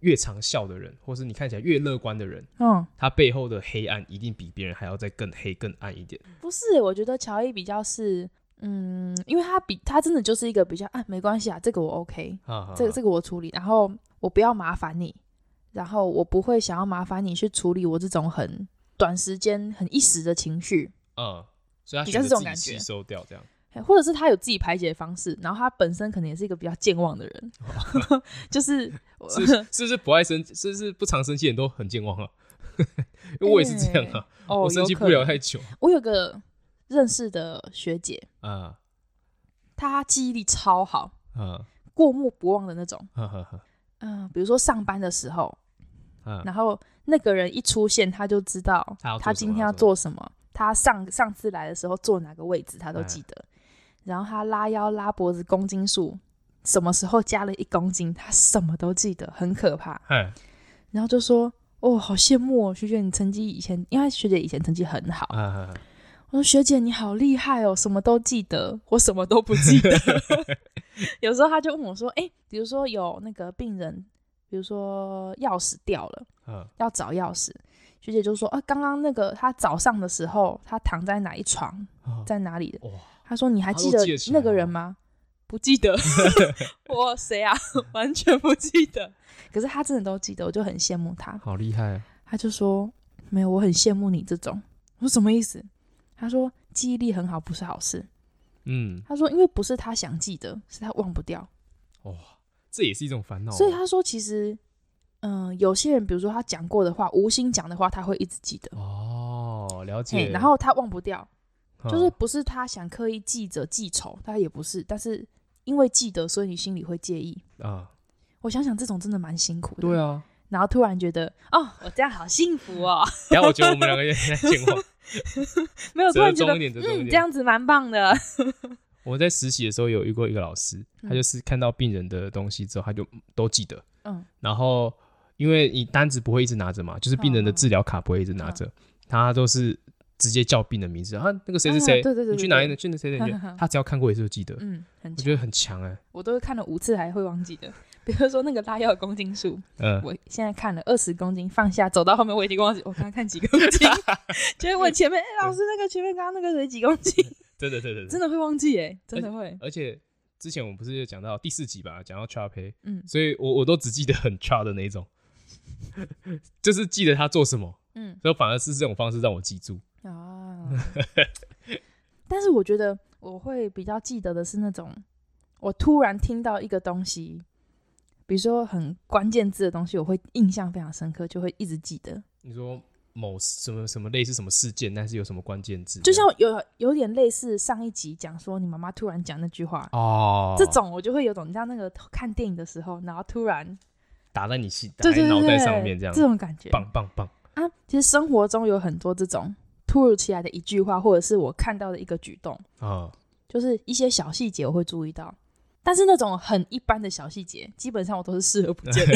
S1: 越常笑的人，或是你看起来越乐观的人，
S2: 嗯，
S1: 他背后的黑暗一定比别人还要再更黑更暗一点。
S2: 不是，我觉得乔伊比较是，嗯，因为他比他真的就是一个比较啊，没关系啊，这个我 OK，
S1: 哈哈哈，
S2: 这个这个我处理，然后我不要麻烦你，然后我不会想要麻烦你去处理我这种很短时间、很一时的情绪，
S1: 嗯，所以他
S2: 比较
S1: 选择自
S2: 是这种
S1: 己
S2: 感
S1: 吸
S2: 觉
S1: 收掉这样。
S2: 哎或者是他有自己排解的方式，然后他本身可能也是一个比较健忘的 人， 就是我
S1: 是是不是不爱生，是不是不常生气的人都很健忘啊？ 因为我也是这样啊，
S2: 哦，
S1: 我生
S2: 有
S1: 气不
S2: 可
S1: 了
S2: 能
S1: 太久
S2: 我有个认识的学姐，
S1: 啊
S2: 她记忆力超好，
S1: 啊
S2: 过目不忘的那种。
S1: 哈哈哈
S2: 嗯、比如说上班的时候，
S1: 啊！
S2: 然后那个人一出现，她就知道
S1: 她要做
S2: 她
S1: 什
S2: 今
S1: 么哎
S2: 天
S1: 要
S2: 要
S1: 做
S2: 做什么，她上上次来的时候坐哪个位置，她都记得。然后她拉腰、拉脖子、公斤数，什么时候加了一公斤，她什么都记得，很可怕。
S1: 嗨
S2: 然后就说：“哦，好羡慕哦，学姐，你成绩以前，因为学姐以前成绩很好，
S1: 啊哈哈
S2: 我说学姐你好厉害哦，什么都记得，我什么都不记得。 有时候他就问我说，哎、比如说有那个病人，比如说钥匙掉了，
S1: 啊
S2: 要找钥匙，学姐就说，啊，刚刚那个他早上的时候，他躺在哪一床，
S1: 啊！
S2: 在哪里的？
S1: 哇，
S2: 他说你还记
S1: 他
S2: 得
S1: 都记得起来
S2: 那个人吗？不 记得，我谁啊？ 完全不记得。可是他真的都记得，我就很羡慕他。
S1: 好厉害啊！
S2: 他就说：“没有，我很羡慕你这种。”我说：“什么意思？”他说：“记忆力很好不是好事。
S1: 嗯”，
S2: 他说：“因为不是他想记得，是他忘不掉。
S1: 这也是一种烦恼啊。
S2: 所以他说，其实，嗯、有些人，比如说他讲过的话，无心讲的话，他会一直记得，
S1: 哦，了
S2: 嘿
S1: 解。
S2: 然后他忘不掉，
S1: 啊
S2: 就是不是他想刻意记着记仇，他也不是，但是因为记得，所以你心里会介意。
S1: 啊，
S2: 我想想，这种真的蛮辛苦的。
S1: 对
S2: 啊，
S1: 啊。
S2: 然后突然觉得，哦，我这样好幸福哦。
S1: 然后我觉得我们两个也在健忘。
S2: 没有，突
S1: 折
S2: 然觉得，
S1: 中一点，折中一
S2: 嗯，
S1: 点。
S2: 这样子蛮棒的。
S1: 我在实习的时候有遇过一个老师，
S2: 嗯
S1: 他就是看到病人的东西之后，他就都记得。
S2: 嗯，
S1: 然后因为你单子不会一直拿着嘛，就是病
S2: 嗯
S1: 人的治疗卡不会一直拿着，他都是直接叫病人名字啊，那个谁谁
S2: 啊
S1: 谁，
S2: 对对对对，
S1: 你去哪里？去那谁谁谁 他只要看过一次就记得。
S2: 嗯，很
S1: 我
S2: 强
S1: 觉得很强哎、
S2: 我都是看了五次还会忘记的。 比如说那个拉药的公斤数，
S1: 嗯、
S2: 我现在看了二十公斤，放下走到后面我已经忘记我刚刚看几公斤，就会问前面哎、老师那个前面刚刚那个谁几公斤，
S1: 对对对对对。
S2: 真的会忘记哎、真的会。
S1: 而且之前我们不是有讲到第四集吧，讲到 c h a p
S2: 嗯
S1: 所以我我都只记得很 c h a 的那一种， 就是记得他做什么，
S2: 嗯
S1: 所以反而是这种方式让我记住。
S2: 啊， 但是我觉得我会比较记得的是那种我突然听到一个东西，比如说很关键字的东西，我会印象非常深刻，就会一直记得。
S1: 你说某什么什么类似什么事件，但是有什么关键字这
S2: 就
S1: 样？
S2: 像有有点类似上一集讲说你妈妈突然讲那句话，
S1: 哦，
S2: 这种我就会有种，你知道那个看电影的时候，然后突然
S1: 打在你心，打
S2: 对
S1: 在
S2: 对对
S1: 脑袋
S2: 对
S1: 上面这样，
S2: 这种感觉
S1: 棒棒棒！
S2: 啊！其实生活中有很多这种突如其来的一句话，或者是我看到的一个举动，
S1: 啊、
S2: 就是一些小细节我会注意到，但是那种很一般的小细节，基本上我都是视而不 见的。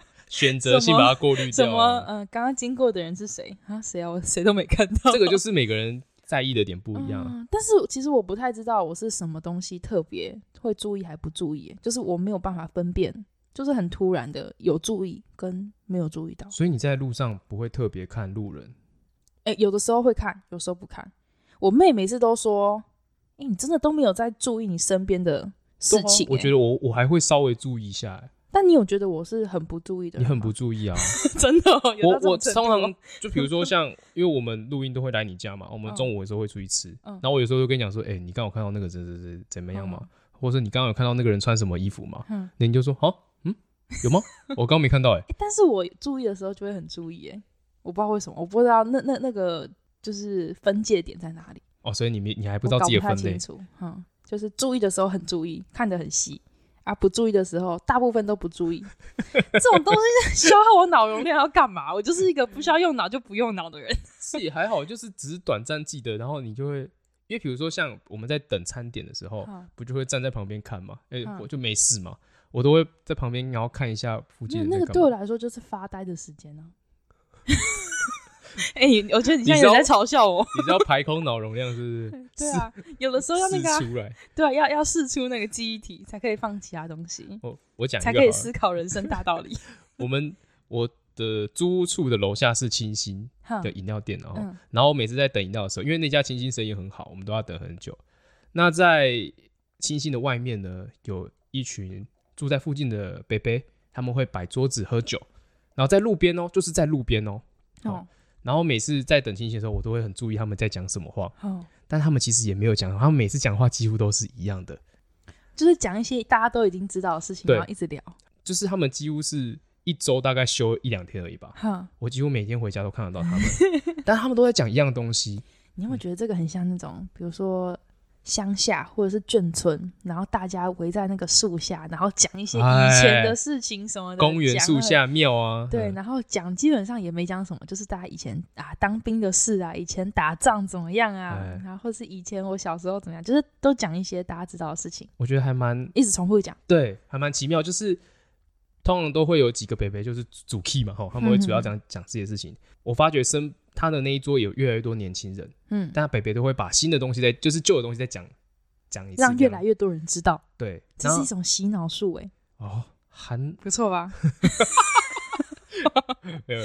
S1: 选择性
S2: 什么
S1: 把它过滤
S2: 什
S1: 掉
S2: 么
S1: 啊。
S2: 呃，刚刚经过的人是谁啊？谁啊？我谁都没看到。
S1: 这个就是每个人在意的点不一样啊。
S2: 嗯。但是其实我不太知道我是什么东西特别会注意还不注意，就是我没有办法分辨，就是很突然的有注意跟没有注意到。
S1: 所以你在路上不会特别看路人
S2: 哎、有的时候会看，有时候不看。我妹每次都说：“哎、你真的都没有在注意你身边的事情、
S1: 啊我觉
S2: 得
S1: 得我我还会稍微注意一下、欸
S2: 但你有觉得我是很不注意的
S1: 你
S2: 人吗？
S1: 很不注意啊。
S2: 真的、哦，
S1: 我
S2: 有到这种
S1: 我
S2: 程
S1: 通
S2: 度
S1: 常就比如说像，因为我们录音都会来你家嘛，我们
S2: 嗯
S1: 中午的时候会出去吃，
S2: 嗯
S1: 然后我有时候就跟你讲说，哎、你刚好看到那个怎怎怎怎么样嘛，
S2: 嗯
S1: 或者你刚刚有看到那个人穿什么衣服嘛，
S2: 嗯
S1: 那你就说，好、嗯，有吗？我刚没看到、欸，
S2: 欸但是我注意的时候就会很注意，哎，我不知道为什么，我不知道那那那个就是分界点在哪里，
S1: 哦，所以你没你还不
S2: 我
S1: 知道
S2: 搞
S1: 自己的
S2: 太
S1: 分类
S2: 清，楚。嗯，就是注意的时候很注意，看得很细。啊，不注意的时候，大部分都不注意。 这种东西 消耗我脑容量要干嘛？我就是一个不需要用脑就不用脑的人。
S1: 是也还好，就是只是短暂记得，然后你就会，因为比如说像我们在等餐点的时候，
S2: 嗯
S1: 不就会站在旁边看嘛，哎、
S2: 嗯
S1: 我就没事嘛，我都会在旁边然后看一下附
S2: 没有
S1: 近
S2: 那
S1: 人
S2: 个
S1: 在
S2: 对
S1: 干
S2: 我
S1: 嘛。
S2: 来说就是发呆的 时间啊。 哎、我觉得你现在
S1: 你知道
S2: 有在嘲 笑我。
S1: 你知道排空脑容量是不是？
S2: 对啊，有的时候要那
S1: 试
S2: 个、啊，
S1: 出来，
S2: 对啊，要要试出那个记忆体，才可以放其他东西。
S1: 我哦我讲一个好
S2: 才可以
S1: 了。
S2: 思考人生大道 理。
S1: 我们我的租屋处的楼下是清新
S2: 哈
S1: 的饮料店，然后、
S2: 嗯
S1: 然后我每次在等饮料的时候，因为那家清新生意很好，我们都要等很久。那在清新的外面呢，有一群住在附近的伯伯，他们会摆桌子喝酒，然后在路边哦，就是在路边哦。
S2: 哦
S1: 然后每次在等清新的时候，我都会很注意他们在讲什么话，
S2: 哦，
S1: 但他们其实也没有讲，他们每次讲话几乎都是一样的，
S2: 就是讲一些大家都已经知道的事情，
S1: 对
S2: 然后一直聊。
S1: 就是他们几乎是一周大概休一两天而已吧。
S2: 哈，
S1: 我几乎每天回家都看得到他 们，但他们都在讲一样东西。嗯
S2: 你有没有觉得这个很像那种，比如说乡下或者是眷村，然后大家围在那个树下，然后讲一些以前的事情什么的，
S1: 哎公园树
S2: 讲了。
S1: 下庙啊，
S2: 对，
S1: 嗯
S2: 然后讲基本上也没讲什么，就是大家以前啊当兵的事啊，以前打仗怎么样啊
S1: 哎，
S2: 然后或是以前我小时候怎么样，就是都讲一些大家知道的事情，
S1: 我觉得还蛮
S2: 一直重复讲。
S1: 对，还蛮奇妙。就是通常都会有几个北北，就是主 key 嘛，哈，他们会主要
S2: 嗯
S1: 讲讲这些事情。我发觉身他的那一桌有越来越多年轻人，
S2: 嗯，
S1: 但他北北都会把新的东西在，就是旧的东西再讲讲一次，
S2: 让越来越多人知道，
S1: 对。
S2: 这
S1: 然
S2: 是
S1: 后
S2: 一种洗脑术，哎，
S1: 哦，韩
S2: 不 错吧？
S1: 没有，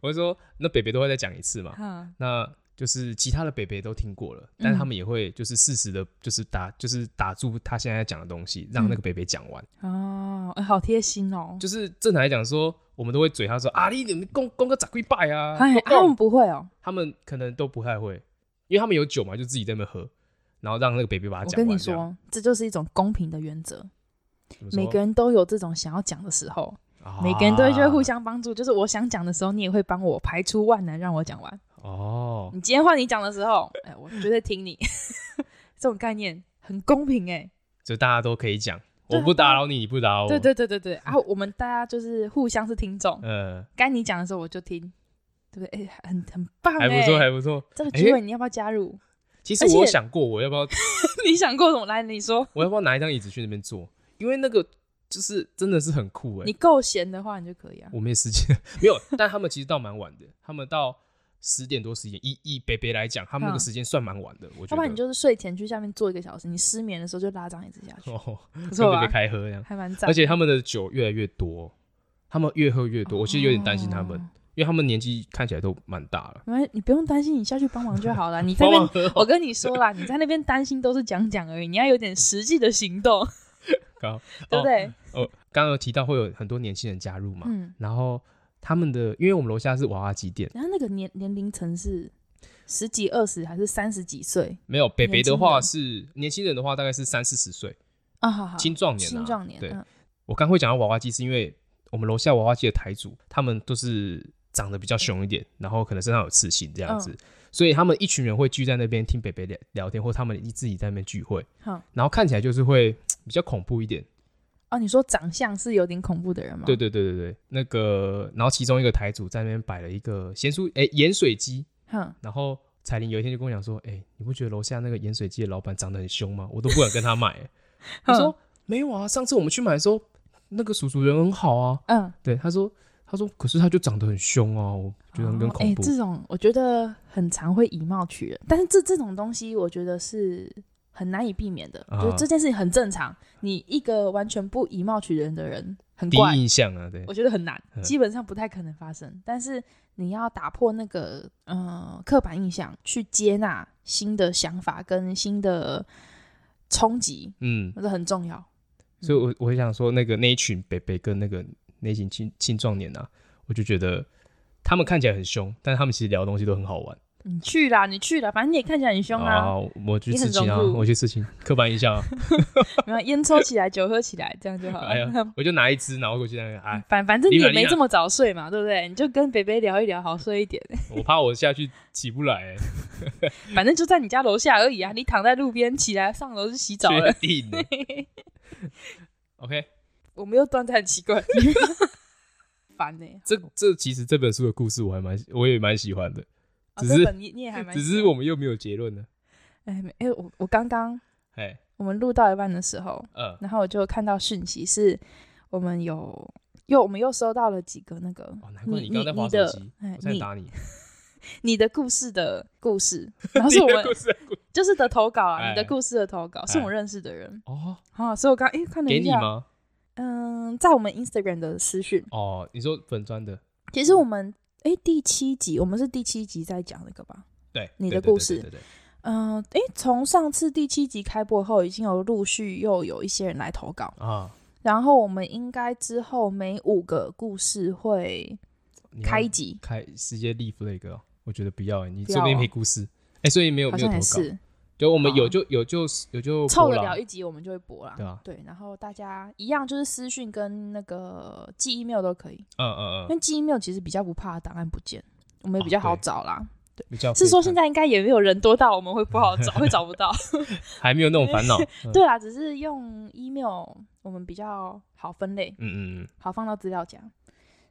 S1: 我是说那北北都会再讲一次嘛，
S2: 哈，
S1: 那就是其他的北北都听过了，
S2: 嗯
S1: 但他们也会就是适时的，就是打就是打住他现在讲的东西，让那
S2: 嗯
S1: 个北北讲完。
S2: 哦，哎好贴心哦。
S1: 就是正常来讲说，我们都会嘴他说啊，你怎么公公个咋跪拜啊？
S2: 哎，啊他们不会哦。
S1: 他们可能都不太会，因为他们有酒嘛，就自己在那边喝，然后让那个北北把它啊
S2: 我
S1: 讲
S2: 跟
S1: 完。
S2: 你
S1: 这样，
S2: 说，这就是一种公平的原则。
S1: 怎么说
S2: 每个人都有这种想要讲的时候，
S1: 啊
S2: 每个人都会就会互相帮助。就是我想讲的时候，你也会帮我排除万难让我讲完。
S1: 哦，
S2: 你今天换你讲的时候，哎，我绝对听你。 这种概念很公平哎。
S1: 就大家都可以讲，
S2: 对
S1: 我不打扰你，你不打扰我。
S2: 对对对对对啊，我们大家就是互相是听众，
S1: 呃，
S2: 该你讲的时候我就听，对不对？哎，很很棒
S1: 还
S2: 哎，
S1: 不错，还不错。
S2: 这个
S1: 哎
S2: 聚会你要不要加入？
S1: 其实
S2: 而且
S1: 我有想过，我要不要
S2: 你想过什么？来，你说，
S1: 我要不要拿一张椅子去那边坐？因为那个就是真的是很酷哎、
S2: 你够闲的话你就可以啊。
S1: 我没时间， 没有。但他们其实到蛮晚的，他们到十点多十点，以以北北来讲，他们那个
S2: 嗯
S1: 时间算蛮晚的，我觉
S2: 要不然你
S1: 得。
S2: 就是睡前去下面坐一个小时，你失眠的时候就拉张椅子下去，
S1: 哦，
S2: 不
S1: 跟
S2: 错
S1: 北
S2: 吧
S1: 北？开喝这样，
S2: 还蛮赞。
S1: 而且他们的酒越来越多，他们越喝越多，我其实有点担心他们，
S2: 哦
S1: 因为他们年纪看起来都蛮大了。
S2: 没关系，你不用担心，你下去帮忙就好了。你在
S1: 帮
S2: 那
S1: 忙
S2: 边，
S1: 喝哦，
S2: 我跟你说啦，你在那边担心都是讲讲而已，你要有点实际的行动，
S1: 刚
S2: 对不对？
S1: 哦，刚刚有提到会有很多年轻人加入嘛，
S2: 嗯，
S1: 然后他们的，因为我们楼下是娃娃机店，
S2: 然后那个年年龄层是十几、二十还是三十几岁
S1: 没有北北
S2: 年轻
S1: 的话
S2: 人
S1: 是年轻人的话大概是三四十岁，
S2: 啊？好好，
S1: 青壮年、啊，
S2: 青壮年，
S1: 对，
S2: 嗯
S1: 我刚会讲到娃娃机，是因为我们楼下娃娃机的台主，他们都是长得比较凶一点，
S2: 嗯
S1: 然后可能身上有刺青这样子，所以他们一群人会聚在那边听北北聊聊天，或他们自己在那边聚会，
S2: 好
S1: 然后看起来就是会比较恐怖一点。
S2: 哦，你说长相是有点恐怖的人吗？
S1: 对对对对对，那个，然后其中一个台主在那边摆了一个咸酥哎盐水鸡，
S2: 哼，
S1: 然后彩玲有一天就跟我讲说，哎、你不觉得楼下那个盐水鸡的老板长得很凶吗？我都不敢跟他买、 欸。他说没有啊，上次我们去买的时候，那个叔叔人很好啊。
S2: 嗯，
S1: 对，他说，他说，可是他就长得很凶啊，我觉得很
S2: 哦
S1: 恐怖。
S2: 欸这种我觉得很常会以貌取人，但是这这种东西我觉得是很难以避免的，
S1: 啊
S2: 就是这件事情很正常。你一个完全不以貌取人的人很
S1: 第
S2: 怪
S1: 一，印象啊，对
S2: 我，觉得很难，
S1: 嗯
S2: 基本上不太可能发生。但是你要打破那个呃刻板印象，去接纳新的想法跟新的冲击，
S1: 嗯，
S2: 这很重要。
S1: 所以我我想说，那个那一群北北跟那个那一群青青壮年啊，我就觉得他们看起来很凶，但他们其实聊的东西都很好玩。
S2: 你去啦，你去啦，反正你也看起来很凶啊，
S1: 啊，我去刺青
S2: 也
S1: 啊，
S2: 很融入
S1: 我去刺青，刻板印象啊。
S2: 然后烟抽起来，酒喝起来，这样就好了。
S1: 哎 呀，我就拿一支，然后过去那边，哎，
S2: 反反正你
S1: 立马
S2: 也没
S1: 立马
S2: 这么早睡嘛，对不对？你就跟北北聊一聊，好睡一点。
S1: 我怕我下去起不 来、欸，
S2: 反正就在你家楼下而已啊，你躺在路边起来上楼去洗澡了。
S1: 确定、欸。OK，
S2: 我们又断在很 奇怪的地方，烦欸呢、
S1: 这这其实这本书的故事我还蛮我也蛮喜欢的，
S2: 啊
S1: 只
S2: 这
S1: 是
S2: 本你你也还蛮
S1: 只
S2: 喜
S1: 是
S2: 欢
S1: 我们又没有结论呢。
S2: 哎没哎，我我刚刚
S1: 哎，
S2: 我们录到一半的时候，
S1: 呃，
S2: 然后我就看到讯息是，我们有又我们又收到了几个那个
S1: 哦，难怪你
S2: 你你
S1: 刚刚在
S2: 你
S1: 划手
S2: 的
S1: 机，
S2: 哎
S1: 我在
S2: 你
S1: 打你。
S2: 你的故事的故 事，然后是我
S1: 你
S2: 们
S1: 的故事
S2: 就是的投稿啊，
S1: 哎
S2: 你的故事的投稿是
S1: 哎
S2: 我认识的人
S1: 哦，
S2: 啊，所以我刚哎看了
S1: 给
S2: 一
S1: 你
S2: 下，
S1: 吗？
S2: 嗯，在我们 Instagram 的私讯，
S1: 哦，你说粉砖的，
S2: 其实我们哎第七集我们是第七集在讲那个吧，
S1: 对，
S2: 你
S1: 对
S2: 的
S1: 对
S2: 故
S1: 对
S2: 事
S1: 对对对
S2: 嗯，诶，从上次第七集开播后，已经有陆续又有一些人来投稿，
S1: 啊，
S2: 然后我们应该之后每五个故事会
S1: 你要
S2: 开一集，
S1: 开世界立 flag，哦我觉得不要欸，你
S2: 不
S1: 说不定
S2: 要哦
S1: 没故事，哎，所以没有
S2: 好
S1: 没有
S2: 像
S1: 投
S2: 也
S1: 稿，
S2: 是
S1: 就我们
S2: 好
S1: 有就有就有就
S2: 凑
S1: 播
S2: 得
S1: 啦
S2: 了一集，我们就会播啦。
S1: 对啊，
S2: 然后大家一样就是私讯跟那个寄 email 都可以，
S1: 嗯嗯
S2: 因
S1: 嗯，
S2: 为寄 email 其实比较不怕档案不见，我们
S1: 哦
S2: 也比较好
S1: 对哦
S2: 找啦。
S1: 比较
S2: 是
S1: 可以
S2: 说
S1: 看
S2: 现在应该也没有人多到我们会不 好找，会找不到。
S1: 还没有那种 烦恼，嗯
S2: 对啊，只是用 email 我们比较好分类。
S1: 嗯嗯嗯，
S2: 好放到资料夹，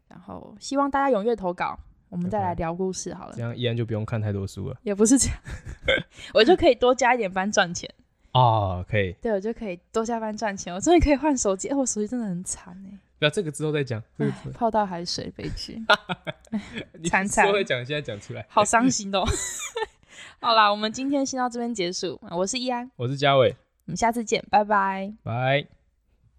S2: 然后希望大家踊跃投稿，我们再来
S1: OK
S2: 聊故事好了
S1: 这。样依然就不用看太多书了
S2: 也不是 这样，我就可以多加一点班赚钱。
S1: 啊，可以，
S2: 对，我就可以多加班赚钱。我终于可以换手机，哎、我手机真的很惨哎、
S1: 那这个之后再讲，这个之后
S2: 哎泡到海水悲剧，
S1: 你
S2: 惨
S1: 之后
S2: 惨
S1: 再讲，现在讲出来，
S2: 好伤心 哦。好啦，我们今天先到这边结束。我是易安，
S1: 我是嘉伟，
S2: 我们下次见，拜拜。
S1: 拜。